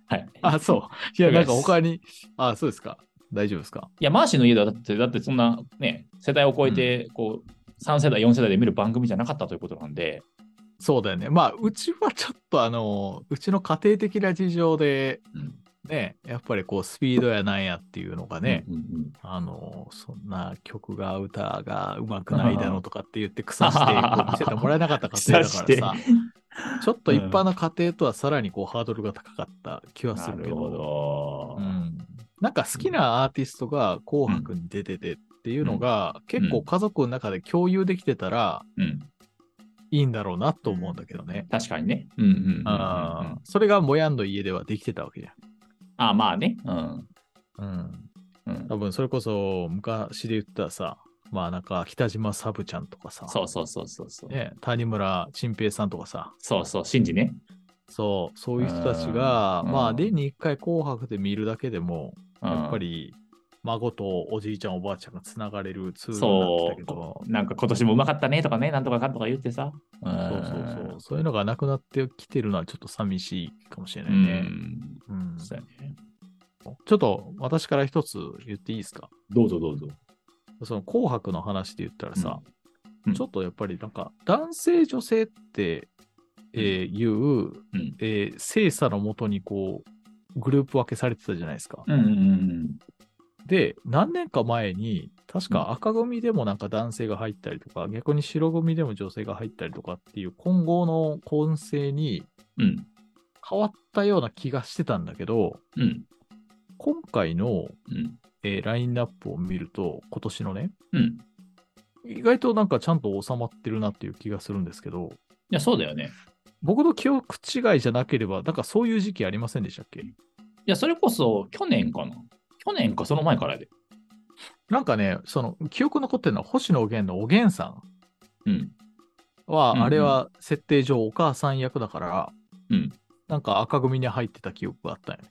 Speaker 1: はい。
Speaker 2: あ、そう。い
Speaker 1: そう
Speaker 2: や、
Speaker 1: で
Speaker 2: な
Speaker 1: す
Speaker 2: んか他に、あ、そうですか。大丈夫ですか。
Speaker 1: いや、マーシーの家ではだって、だってそんなね、世代を超えて、こう、3世代、4世代で見る番組じゃなかったということなんで、
Speaker 2: そうだよね。まあ、うちはちょっとあの、うちの家庭的な事情で、
Speaker 1: うん
Speaker 2: ね、やっぱりこう、スピードやなんやっていうのがね、
Speaker 1: うんうんうん
Speaker 2: あの、そんな曲が歌がうまくないだのとかって言って草してこう見せてもらえなかった家庭だからさ、ちょっと一般の家庭とはさらにこうハードルが高かった気はす
Speaker 1: な
Speaker 2: るけ
Speaker 1: るほ
Speaker 2: ど、
Speaker 1: ど。
Speaker 2: うん、なんか好きなアーティストが紅白に出ててっていうのが
Speaker 1: ん
Speaker 2: 結構家族の中で共有できてたら
Speaker 1: うん、
Speaker 2: いいんだろうなと思うんだけどね。
Speaker 1: 確かにね。うんうんうんうんうん、
Speaker 2: あ
Speaker 1: あ
Speaker 2: ーそれがもやんの家ではできてたわけじ
Speaker 1: あ、まあね。うん。
Speaker 2: ゃん。うん
Speaker 1: うん、
Speaker 2: 多分それこそ昔で言ったらさ、まあなんか北島サブちゃんとかさ、
Speaker 1: そうそうそうそうそう。
Speaker 2: ね、谷村新平さんとかさ、
Speaker 1: そうそう、信じね。
Speaker 2: そう、そういう人たちが、
Speaker 1: うん
Speaker 2: ま
Speaker 1: う
Speaker 2: あ、
Speaker 1: ん
Speaker 2: 年に一回紅白で見るだけでも、
Speaker 1: うん
Speaker 2: やっぱり、孫とおじいちゃん、おばあちゃんがつながれるツールにな
Speaker 1: そ
Speaker 2: ってたけ
Speaker 1: う
Speaker 2: ど
Speaker 1: こ、、なんか今年もうまかったねとかね、なんとかかんとか言ってさ。うん、
Speaker 2: そうそうそう、そういうのがなくなってきてるのはちょっと寂しいかもしれな
Speaker 1: う
Speaker 2: いね。
Speaker 1: ん、
Speaker 2: うん
Speaker 1: そうやね。
Speaker 2: ちょっと私から一つ言っていいですか
Speaker 1: どうぞどうぞ。
Speaker 2: その紅白の話で言ったらさ、
Speaker 1: うんうん
Speaker 2: ちょっとやっぱりなんか男性女性って、えーいう、
Speaker 1: うん
Speaker 2: えー性差のもとにこうグループ分けされてたじゃないですか。
Speaker 1: うんうんうん
Speaker 2: で何年か前に確か赤組でもなんか男性が入ったりとか、逆に白組でも女性が入ったりとかっていう混合の混成に
Speaker 1: うん。うん。
Speaker 2: 変わったような気がしてたんだけど
Speaker 1: うん。
Speaker 2: 今回の、
Speaker 1: うん。
Speaker 2: えーラインナップを見ると今年のね
Speaker 1: うん。い
Speaker 2: 意外となんかちゃんと収まってるなっていう気がするんですけど、
Speaker 1: や、そうだよね。
Speaker 2: 僕の記憶違いじゃなければ、なんかそういう時期ありませんでしたっけ
Speaker 1: いや、それこそ去年かな。去年かその前からやで。
Speaker 2: なんかね、その記憶残ってるのは星野源のおげんさん
Speaker 1: うん。
Speaker 2: は、
Speaker 1: うんうん
Speaker 2: あれは設定上お母さん役だから、
Speaker 1: うん
Speaker 2: なんか赤組に入ってた記憶があったよね。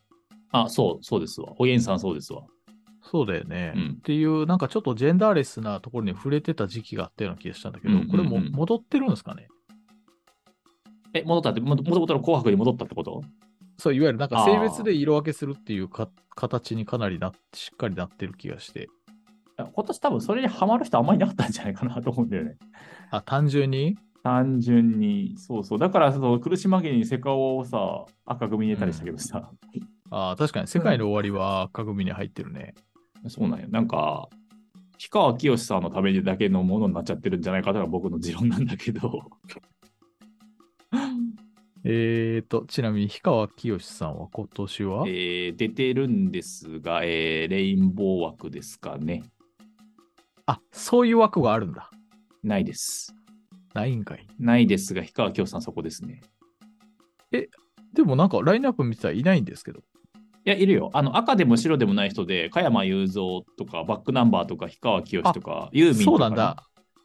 Speaker 1: あ、そう、そうですわ。おげんさんそうですわ。
Speaker 2: そうだよね。
Speaker 1: うん
Speaker 2: っていう、なんかちょっとジェンダーレスなところに触れてた時期があったような気がしたんだけど、
Speaker 1: うんうんうん
Speaker 2: これも戻ってるんですかね
Speaker 1: え、戻ったって、ももともとの紅白に戻ったってこと
Speaker 2: そう、いわゆるなんか性別で色分けするっていうか形にかなりなしっかりなってる気がして、
Speaker 1: いや今年多分それにハマる人あんまりいなかったんじゃないかなと思うんだよね。
Speaker 2: あ、単純に
Speaker 1: 単純に、そうそう。だから、その苦し紛れにセカオをさ、赤組に入れたりしたけどさ、
Speaker 2: あー確かに、世界の終わりは赤組に入ってるね。
Speaker 1: そうなんや。なんか、氷川きよしさんのためにだけのものになっちゃってるんじゃないかとが僕の持論なんだけど。
Speaker 2: えーと、ちなみに、氷川きよしさんは今年は、
Speaker 1: えー出てるんですが、えーレインボー枠ですかね。
Speaker 2: あ、そういう枠があるんだ。
Speaker 1: ないです。
Speaker 2: ないんかい。
Speaker 1: ないですが、氷川きよしさんそこですね。
Speaker 2: でもなんか、ラインナップ見てたらいないんですけど。
Speaker 1: いや、いるよ。あの、赤でも白でもない人で、加山雄三とか、バックナンバーとか、氷川きよしとか、ユーミンとか、
Speaker 2: そうなんだ。。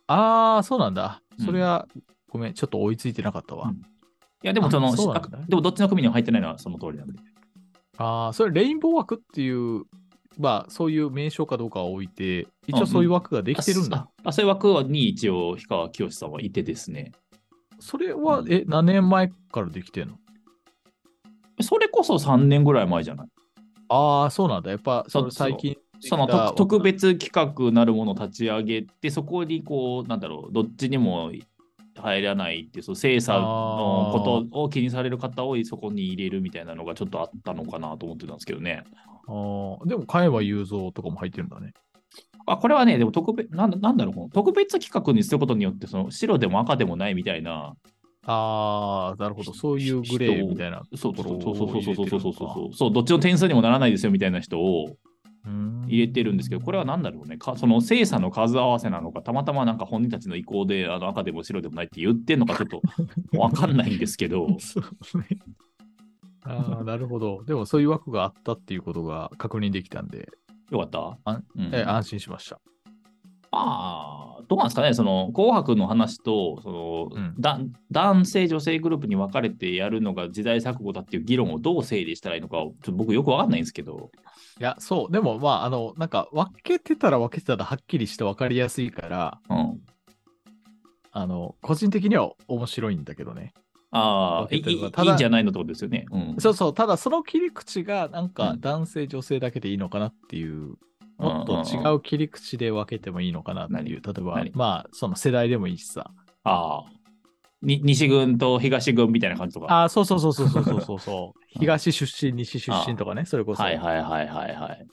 Speaker 2: あー、そうなんだ。
Speaker 1: うん
Speaker 2: それは、ごめん、ちょっと追いついてなかったわ。
Speaker 1: うんいや、でもその、
Speaker 2: あそうなんだ
Speaker 1: あでもどっちの組にも入ってないのはその通りなんで。
Speaker 2: あー、それ、レインボー枠っていう、まあ、そういう名称かどうかは置いて、一
Speaker 1: あう
Speaker 2: 応
Speaker 1: ん
Speaker 2: そういう枠ができてるんだ。
Speaker 1: あ。あ、そういう枠に一応、氷川きよしさんはいてですね。
Speaker 2: それは
Speaker 1: う、ん
Speaker 2: え、何年前からできてんの
Speaker 1: それこそ3年ぐらい前じゃない。
Speaker 2: あー、そうなんだ。やっぱ、
Speaker 1: そ
Speaker 2: それ
Speaker 1: う
Speaker 2: 最近でき
Speaker 1: そ
Speaker 2: た
Speaker 1: の
Speaker 2: 枠なんだ。
Speaker 1: 特特別企画なるものを立ち上げて、そこにこう、なんだろう、どっちにも入らないっていう、その精査のことを気にされる方をそこに入れるみたいなのがちょっとあったのかなと思ってたんですけどね。
Speaker 2: あーでも、加山雄三とかも入ってるんだね。
Speaker 1: あこれはね、でも特別、なんだなんだろう、この特別企画にすることによって、その白でも赤でもないみたいな、
Speaker 2: ああ、なるほど。
Speaker 1: ひ
Speaker 2: そういうグレーみたいな
Speaker 1: そ
Speaker 2: と
Speaker 1: うそ
Speaker 2: こ
Speaker 1: う
Speaker 2: ろ
Speaker 1: そ
Speaker 2: を
Speaker 1: うそうそうそうそうそうそう
Speaker 2: 入れてるのか
Speaker 1: そうどっちの点数にもならないですよみたいな人を
Speaker 2: うーん
Speaker 1: 入れてるんですけど、これは何だろうね、かその精査の数合わせなのか、たまたまなんか本人たちの意向であの赤でも白でもないって言ってんのか、ちょっと分かんないんですけ ど、
Speaker 2: そうねああ、なるほど。でもそういう枠があったっていうことが確認できたんで、
Speaker 1: よかった
Speaker 2: あ
Speaker 1: うん
Speaker 2: え安心しました。
Speaker 1: まあ、どうなんですかね、その紅白の話とその、
Speaker 2: うん
Speaker 1: だ、男性、女性グループに分かれてやるのが時代錯誤だっていう議論をどう整理したらいいのか、ちょっと僕、よく分かんないんですけど、
Speaker 2: いや、そう。でもまあ、あの、なんか分けてたら分けてたらはっきりして分かりやすいから、
Speaker 1: うん、
Speaker 2: あの、個人的には面白いんだけどね。
Speaker 1: ああ、いい
Speaker 2: 分けてる
Speaker 1: い
Speaker 2: の
Speaker 1: い
Speaker 2: がただ
Speaker 1: いいんじゃないのってことですよね。うん
Speaker 2: そうそう。ただその切り口が、なんか
Speaker 1: うん
Speaker 2: 男性、女性だけでいいのかなっていう、もっと違
Speaker 1: んんん
Speaker 2: う切り口で分けてもいいのかなっていう、例えば
Speaker 1: 何、
Speaker 2: まあ、その世代でもいいしさ。
Speaker 1: ああ。に西軍と東軍みたいな感じとか。
Speaker 2: あーそうそうそうそうそうそうそ うそう。東出身、西出身とかね、それこそ。
Speaker 1: はいはいはいはいはい。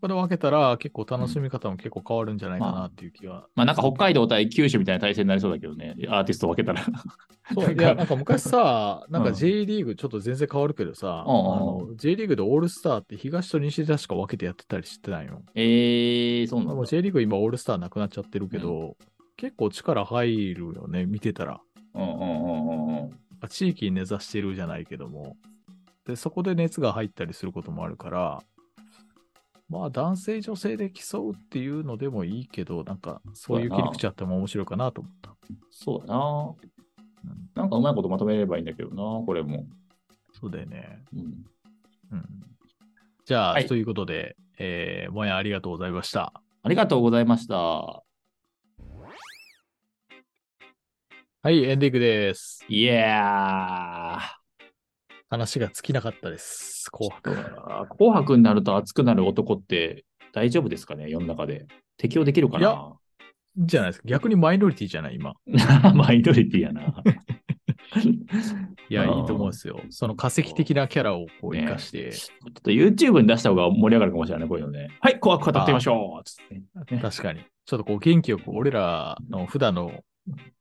Speaker 2: これ分けたら結構楽しみ方も結構変わるんじゃないかなっていう気は。
Speaker 1: まあなんか北海道対九州みたいな対戦になりそうだけどね、 アーティスト分けたら。
Speaker 2: そう
Speaker 1: なん
Speaker 2: い
Speaker 1: か
Speaker 2: や、なんか昔さ、なんか
Speaker 1: うん
Speaker 2: J リーグちょっと全然変わるけどさ、
Speaker 1: うんうん
Speaker 2: あの J リーグでオールスターって東と西でしか分けてやってたりしてないよ。
Speaker 1: えー、そうなん
Speaker 2: もう
Speaker 1: だ。
Speaker 2: J リーグ今オールスターなくなっちゃってるけど、結構力入るよね、見てたら。
Speaker 1: うんうんうんうんうん。
Speaker 2: 地域に根ざしてるじゃないけども、でそこで熱が入ったりすることもあるから、まあ男性女性で競うっていうのでもいいけど、なんかそういう
Speaker 1: そう
Speaker 2: 切
Speaker 1: や
Speaker 2: り
Speaker 1: な
Speaker 2: 口あっても面白いかなと思った。
Speaker 1: そうだな。なんかうまいことまとめればいいんだけどな、これも。
Speaker 2: そうだよね。
Speaker 1: うん
Speaker 2: うん。じゃあ、
Speaker 1: はい
Speaker 2: ということで、えー、もやありがとうございました。
Speaker 1: ありがとうございました。
Speaker 2: はい、エンディングです。
Speaker 1: いやー。
Speaker 2: 話が尽きなかったです。紅白。
Speaker 1: あー紅白になると熱くなる男って大丈夫ですかね、世の中で。適用できるかな
Speaker 2: じゃないですか。逆にマイノリティじゃない、今。
Speaker 1: マイノリティやな。
Speaker 2: いや、
Speaker 1: あー
Speaker 2: いいと思うんですよ。その化石的なキャラをこう生かして、
Speaker 1: ちょっと YouTube に出した方が盛り上がるかもしれない、こういうのね。はい、紅白語ってみましょうつってねね
Speaker 2: 確かに。ちょっとこう元気よく俺らの普段の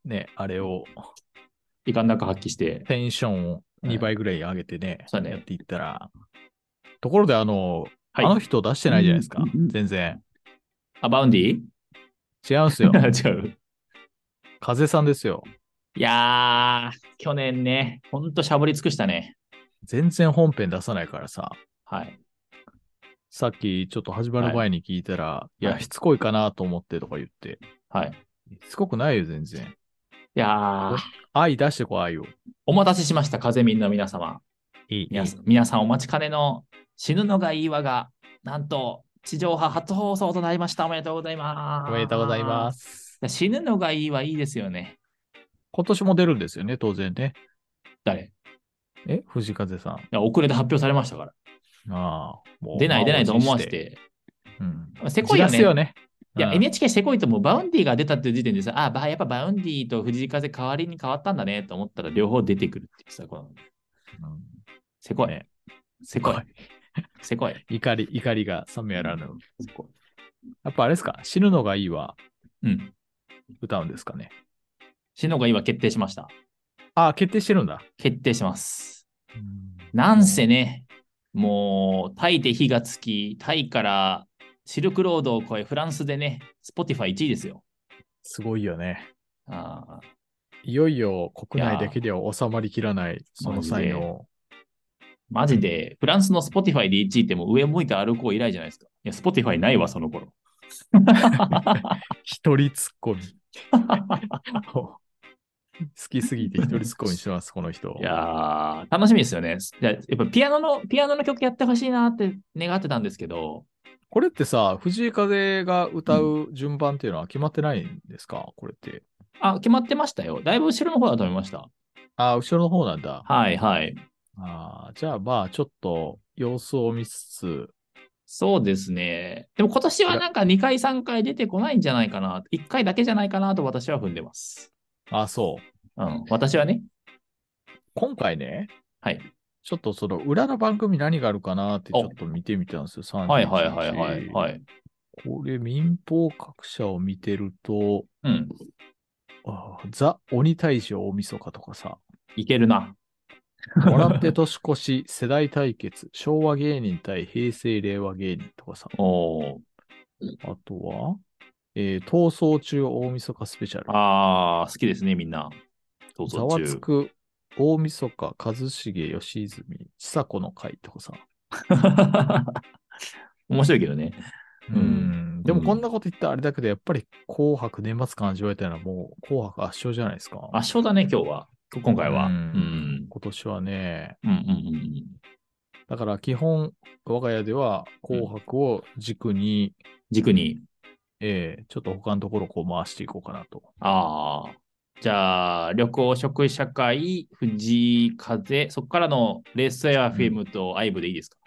Speaker 2: ね、あれを、
Speaker 1: いかんなく発揮して。
Speaker 2: テンションを2倍ぐらい上げてね、
Speaker 1: そうだね
Speaker 2: やっていったら。ところで、あの、
Speaker 1: はい
Speaker 2: あの人出してないじゃないですか
Speaker 1: うんうんうん。
Speaker 2: 全然。
Speaker 1: あ、バウンディ。
Speaker 2: 違うんです よ
Speaker 1: 違う。
Speaker 2: 風さんですよ。
Speaker 1: いやー、去年ね、ほんとしゃぶり尽くしたね。
Speaker 2: 全然本編出さないからさ。
Speaker 1: はい。
Speaker 2: さっきちょっと始まる前に聞いたら、い、
Speaker 1: は
Speaker 2: や、
Speaker 1: い
Speaker 2: しつこいかなと思ってとか言って、
Speaker 1: はい。
Speaker 2: しつこくないよ、全然。
Speaker 1: いやー、
Speaker 2: 愛出してこい、愛を。
Speaker 1: お待たせしました、風民の皆様。
Speaker 2: いい
Speaker 1: 皆さん皆さんお待ちかねの死ぬのがいいわが、なんと地上波初放送となりました。おめでとうございます。。
Speaker 2: おめでとうございますす。
Speaker 1: 死ぬのがいいはいいですよね。
Speaker 2: 今年も出るんですよね、当然ね。
Speaker 1: 誰い
Speaker 2: え、藤風さん。
Speaker 1: や遅れて発表されましたから。
Speaker 2: ああ、もう
Speaker 1: 出ない出ないと思わせ。て。せこいよね
Speaker 2: 自らよね。
Speaker 1: いや、
Speaker 2: うん
Speaker 1: NHK せこいともうバウンディが出たっていう時点でさ、あばやっぱバウンディと藤井風代わりに変わったんだねと思ったら両方出てくるっていうさ、この
Speaker 2: うん
Speaker 1: せこい。
Speaker 2: ね
Speaker 1: せこい。せこい。
Speaker 2: 怒り、怒りが冷めやらぬ。
Speaker 1: せこ。
Speaker 2: やっぱあれですか死ぬのがいいはい
Speaker 1: うん。
Speaker 2: 歌うんですかね
Speaker 1: 死ぬのがいいは決定しました。
Speaker 2: ああ、決定してるんだ。
Speaker 1: 決定します。なんせね、もう、タイで火がつき、タイからシルクロードを越え、フランスでね、スポティファイ1位ですよ。
Speaker 2: すごいよね。
Speaker 1: あー
Speaker 2: いよいよ国内
Speaker 1: いや
Speaker 2: だけでは収まりきらない、その才能。
Speaker 1: マジで、フランスのスポティファイで1位ってもう上向いて歩こう以来じゃないですか。いや、スポティファイないわ、その頃。
Speaker 2: 一人ツッコ ミ。好きすぎて一人ツッコミし てます、この人。
Speaker 1: いやー、楽しみですよね。いややっぱピアノの、ピアノの曲やってほしいなって願ってたんですけど、
Speaker 2: これってさ、藤井風が歌う順番っていうのは決まってないんですか、これって。
Speaker 1: あ、決まってましたよ。だいぶ後ろの方だと思いました。
Speaker 2: ああ、後ろの方なんだ。
Speaker 1: はいはい。
Speaker 2: ああ、じゃあまあ、ちょっと様子を見つつ、
Speaker 1: そうですね。でも今年はなんか2回3回出てこないんじゃないかな。1回だけじゃないかなと私は踏んでます。
Speaker 2: ああ、そう。
Speaker 1: うん。私はね。
Speaker 2: 今回ね、
Speaker 1: はい。
Speaker 2: ちょっとその裏の番組何があるかなってち
Speaker 1: お
Speaker 2: ょっと見てみたんですよ。31
Speaker 1: はいはいはいはい、
Speaker 2: 日
Speaker 1: はい。
Speaker 2: これ民放各社を見てると、
Speaker 1: うん。
Speaker 2: あーザ・鬼大将大晦日とか さ、
Speaker 1: いけるな。
Speaker 2: 笑って年越し、世代対決、昭和芸人対平成令和芸人とかさ、
Speaker 1: おー
Speaker 2: あとは、えー逃走中大晦日スペシャル、
Speaker 1: あー、好きですね、みんな。どう
Speaker 2: ざ
Speaker 1: ぞ
Speaker 2: わつ
Speaker 1: 中。
Speaker 2: く大晦日、一茂、吉泉、ちさ子の会とかさ、
Speaker 1: 面白いけどね。
Speaker 2: う
Speaker 1: うんん
Speaker 2: でもこんなこと言ったらあれだけど、やっぱり紅白年末感味わえたのはもう紅白圧勝じゃないですか。
Speaker 1: 圧勝だね、今日は。今回は。
Speaker 2: う
Speaker 1: うんん。
Speaker 2: 今年はね、
Speaker 1: うんうんうんうん。
Speaker 2: だから基本、我が家では紅白を軸に、
Speaker 1: 軸に。
Speaker 2: えーちょっと他のところをこう回していこうかなと。
Speaker 1: ああ。じゃあ、旅行、食、社会、藤井風、そこからのレースやフィムとアイブでいいですか、、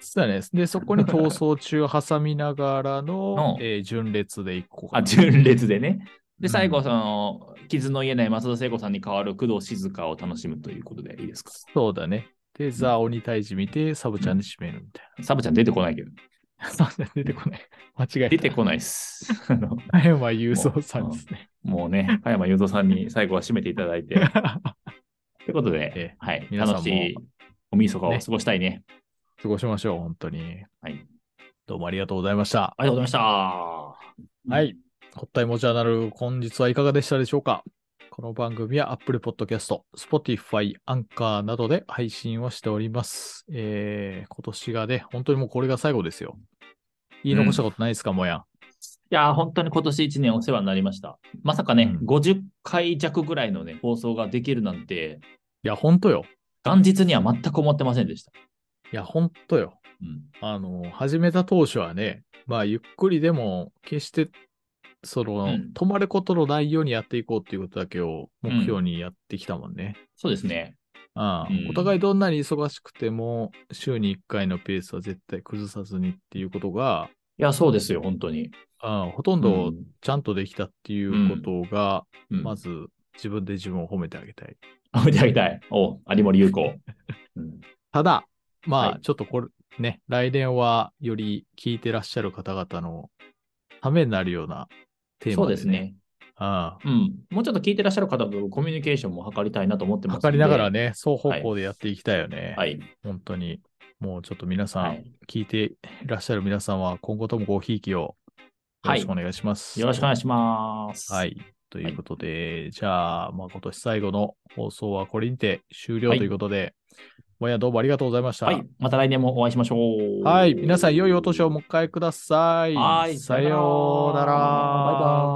Speaker 2: そうだね。で、そこに逃走中挟みながらの えー順列で一個か
Speaker 1: あ、
Speaker 2: な
Speaker 1: 純烈でね。
Speaker 2: うん
Speaker 1: で、最後、その、傷の言えない松田聖子さんに代わる工藤静香を楽しむということでいいですか
Speaker 2: そうだね。で、ザ・鬼退治見て、サブちゃんで締めるみたい
Speaker 1: サブちゃん出てこないけど。
Speaker 2: な。 サブちゃん出てこない。間違えた。
Speaker 1: 出てこないっす。 あの
Speaker 2: ない。山雄三さんですね。
Speaker 1: もうね、加山雄三さんに最後は締めていただいて。ということで、
Speaker 2: ええ
Speaker 1: はい、
Speaker 2: 皆さんも
Speaker 1: 楽しいおみそかを過ごしたいね。
Speaker 2: 過ごしましょう、本当に。
Speaker 1: はい。
Speaker 2: どうもありがとうございました。
Speaker 1: ありがとうございました。うん
Speaker 2: はい。ほったいもじゃなる本日はいかがでしたでしょうかこの番組は Apple Podcast、Spotify、Anchor などで配信をしております。えー、今年がね、本当にもうこれが最後ですよ。言い残したことないですか、もや。
Speaker 1: いやー、本当に今年1年お世話になりました。まさかね、
Speaker 2: うん
Speaker 1: 50回弱ぐらいのね、放送ができるなんて、
Speaker 2: いや、本当よ。
Speaker 1: 元日には全く思ってませんでした。
Speaker 2: いや、本当よ。
Speaker 1: うん、
Speaker 2: あの、始めた当初はね、まあ、ゆっくりでも、決して、その、
Speaker 1: うん
Speaker 2: 止まることのないようにやっていこうっていうことだけを目標にやってきたもんね。
Speaker 1: そうですね。
Speaker 2: あ
Speaker 1: う
Speaker 2: あ
Speaker 1: ん
Speaker 2: お互いどんなに忙しくても、週に1回のペースは絶対崩さずにっていうことが、
Speaker 1: いや、そうですよ、本当に。
Speaker 2: ああほとんどちゃんとできたっていうことが、
Speaker 1: うん、
Speaker 2: まず自分で自分を褒めてあげたい。
Speaker 1: あ、見てあげたい。おう有森裕 子。うん
Speaker 2: ただ、ま
Speaker 1: は
Speaker 2: あ、
Speaker 1: い
Speaker 2: ちょっとこれ、ね、来年はより聞いてらっしゃる方々のためになるようなテー
Speaker 1: そ
Speaker 2: マ
Speaker 1: う
Speaker 2: で、ね、
Speaker 1: ですね。
Speaker 2: ああ。
Speaker 1: うん。もうちょっと聞いてらっしゃる方とコミュニケーションも図りたいなと思ってますんで。
Speaker 2: 測りながらね、双方向でやっていきたいよね。
Speaker 1: はい。
Speaker 2: 本当に。もうちょっと皆さん、
Speaker 1: はい。
Speaker 2: 聞いていらっしゃる皆さんは、今後ともごひいきをよろしくお願いします。
Speaker 1: よろしくお願いします。
Speaker 2: は。い。ということで、じゃあ、まあ、今年最後の放送はこれにて終了ということで、もやどうもありがとうございました。
Speaker 1: はい。また来年もお会いしましょう。
Speaker 2: はい皆さん、良いお年をお
Speaker 1: も。
Speaker 2: 迎えください。
Speaker 1: はい。
Speaker 2: さようなら。
Speaker 1: バイバ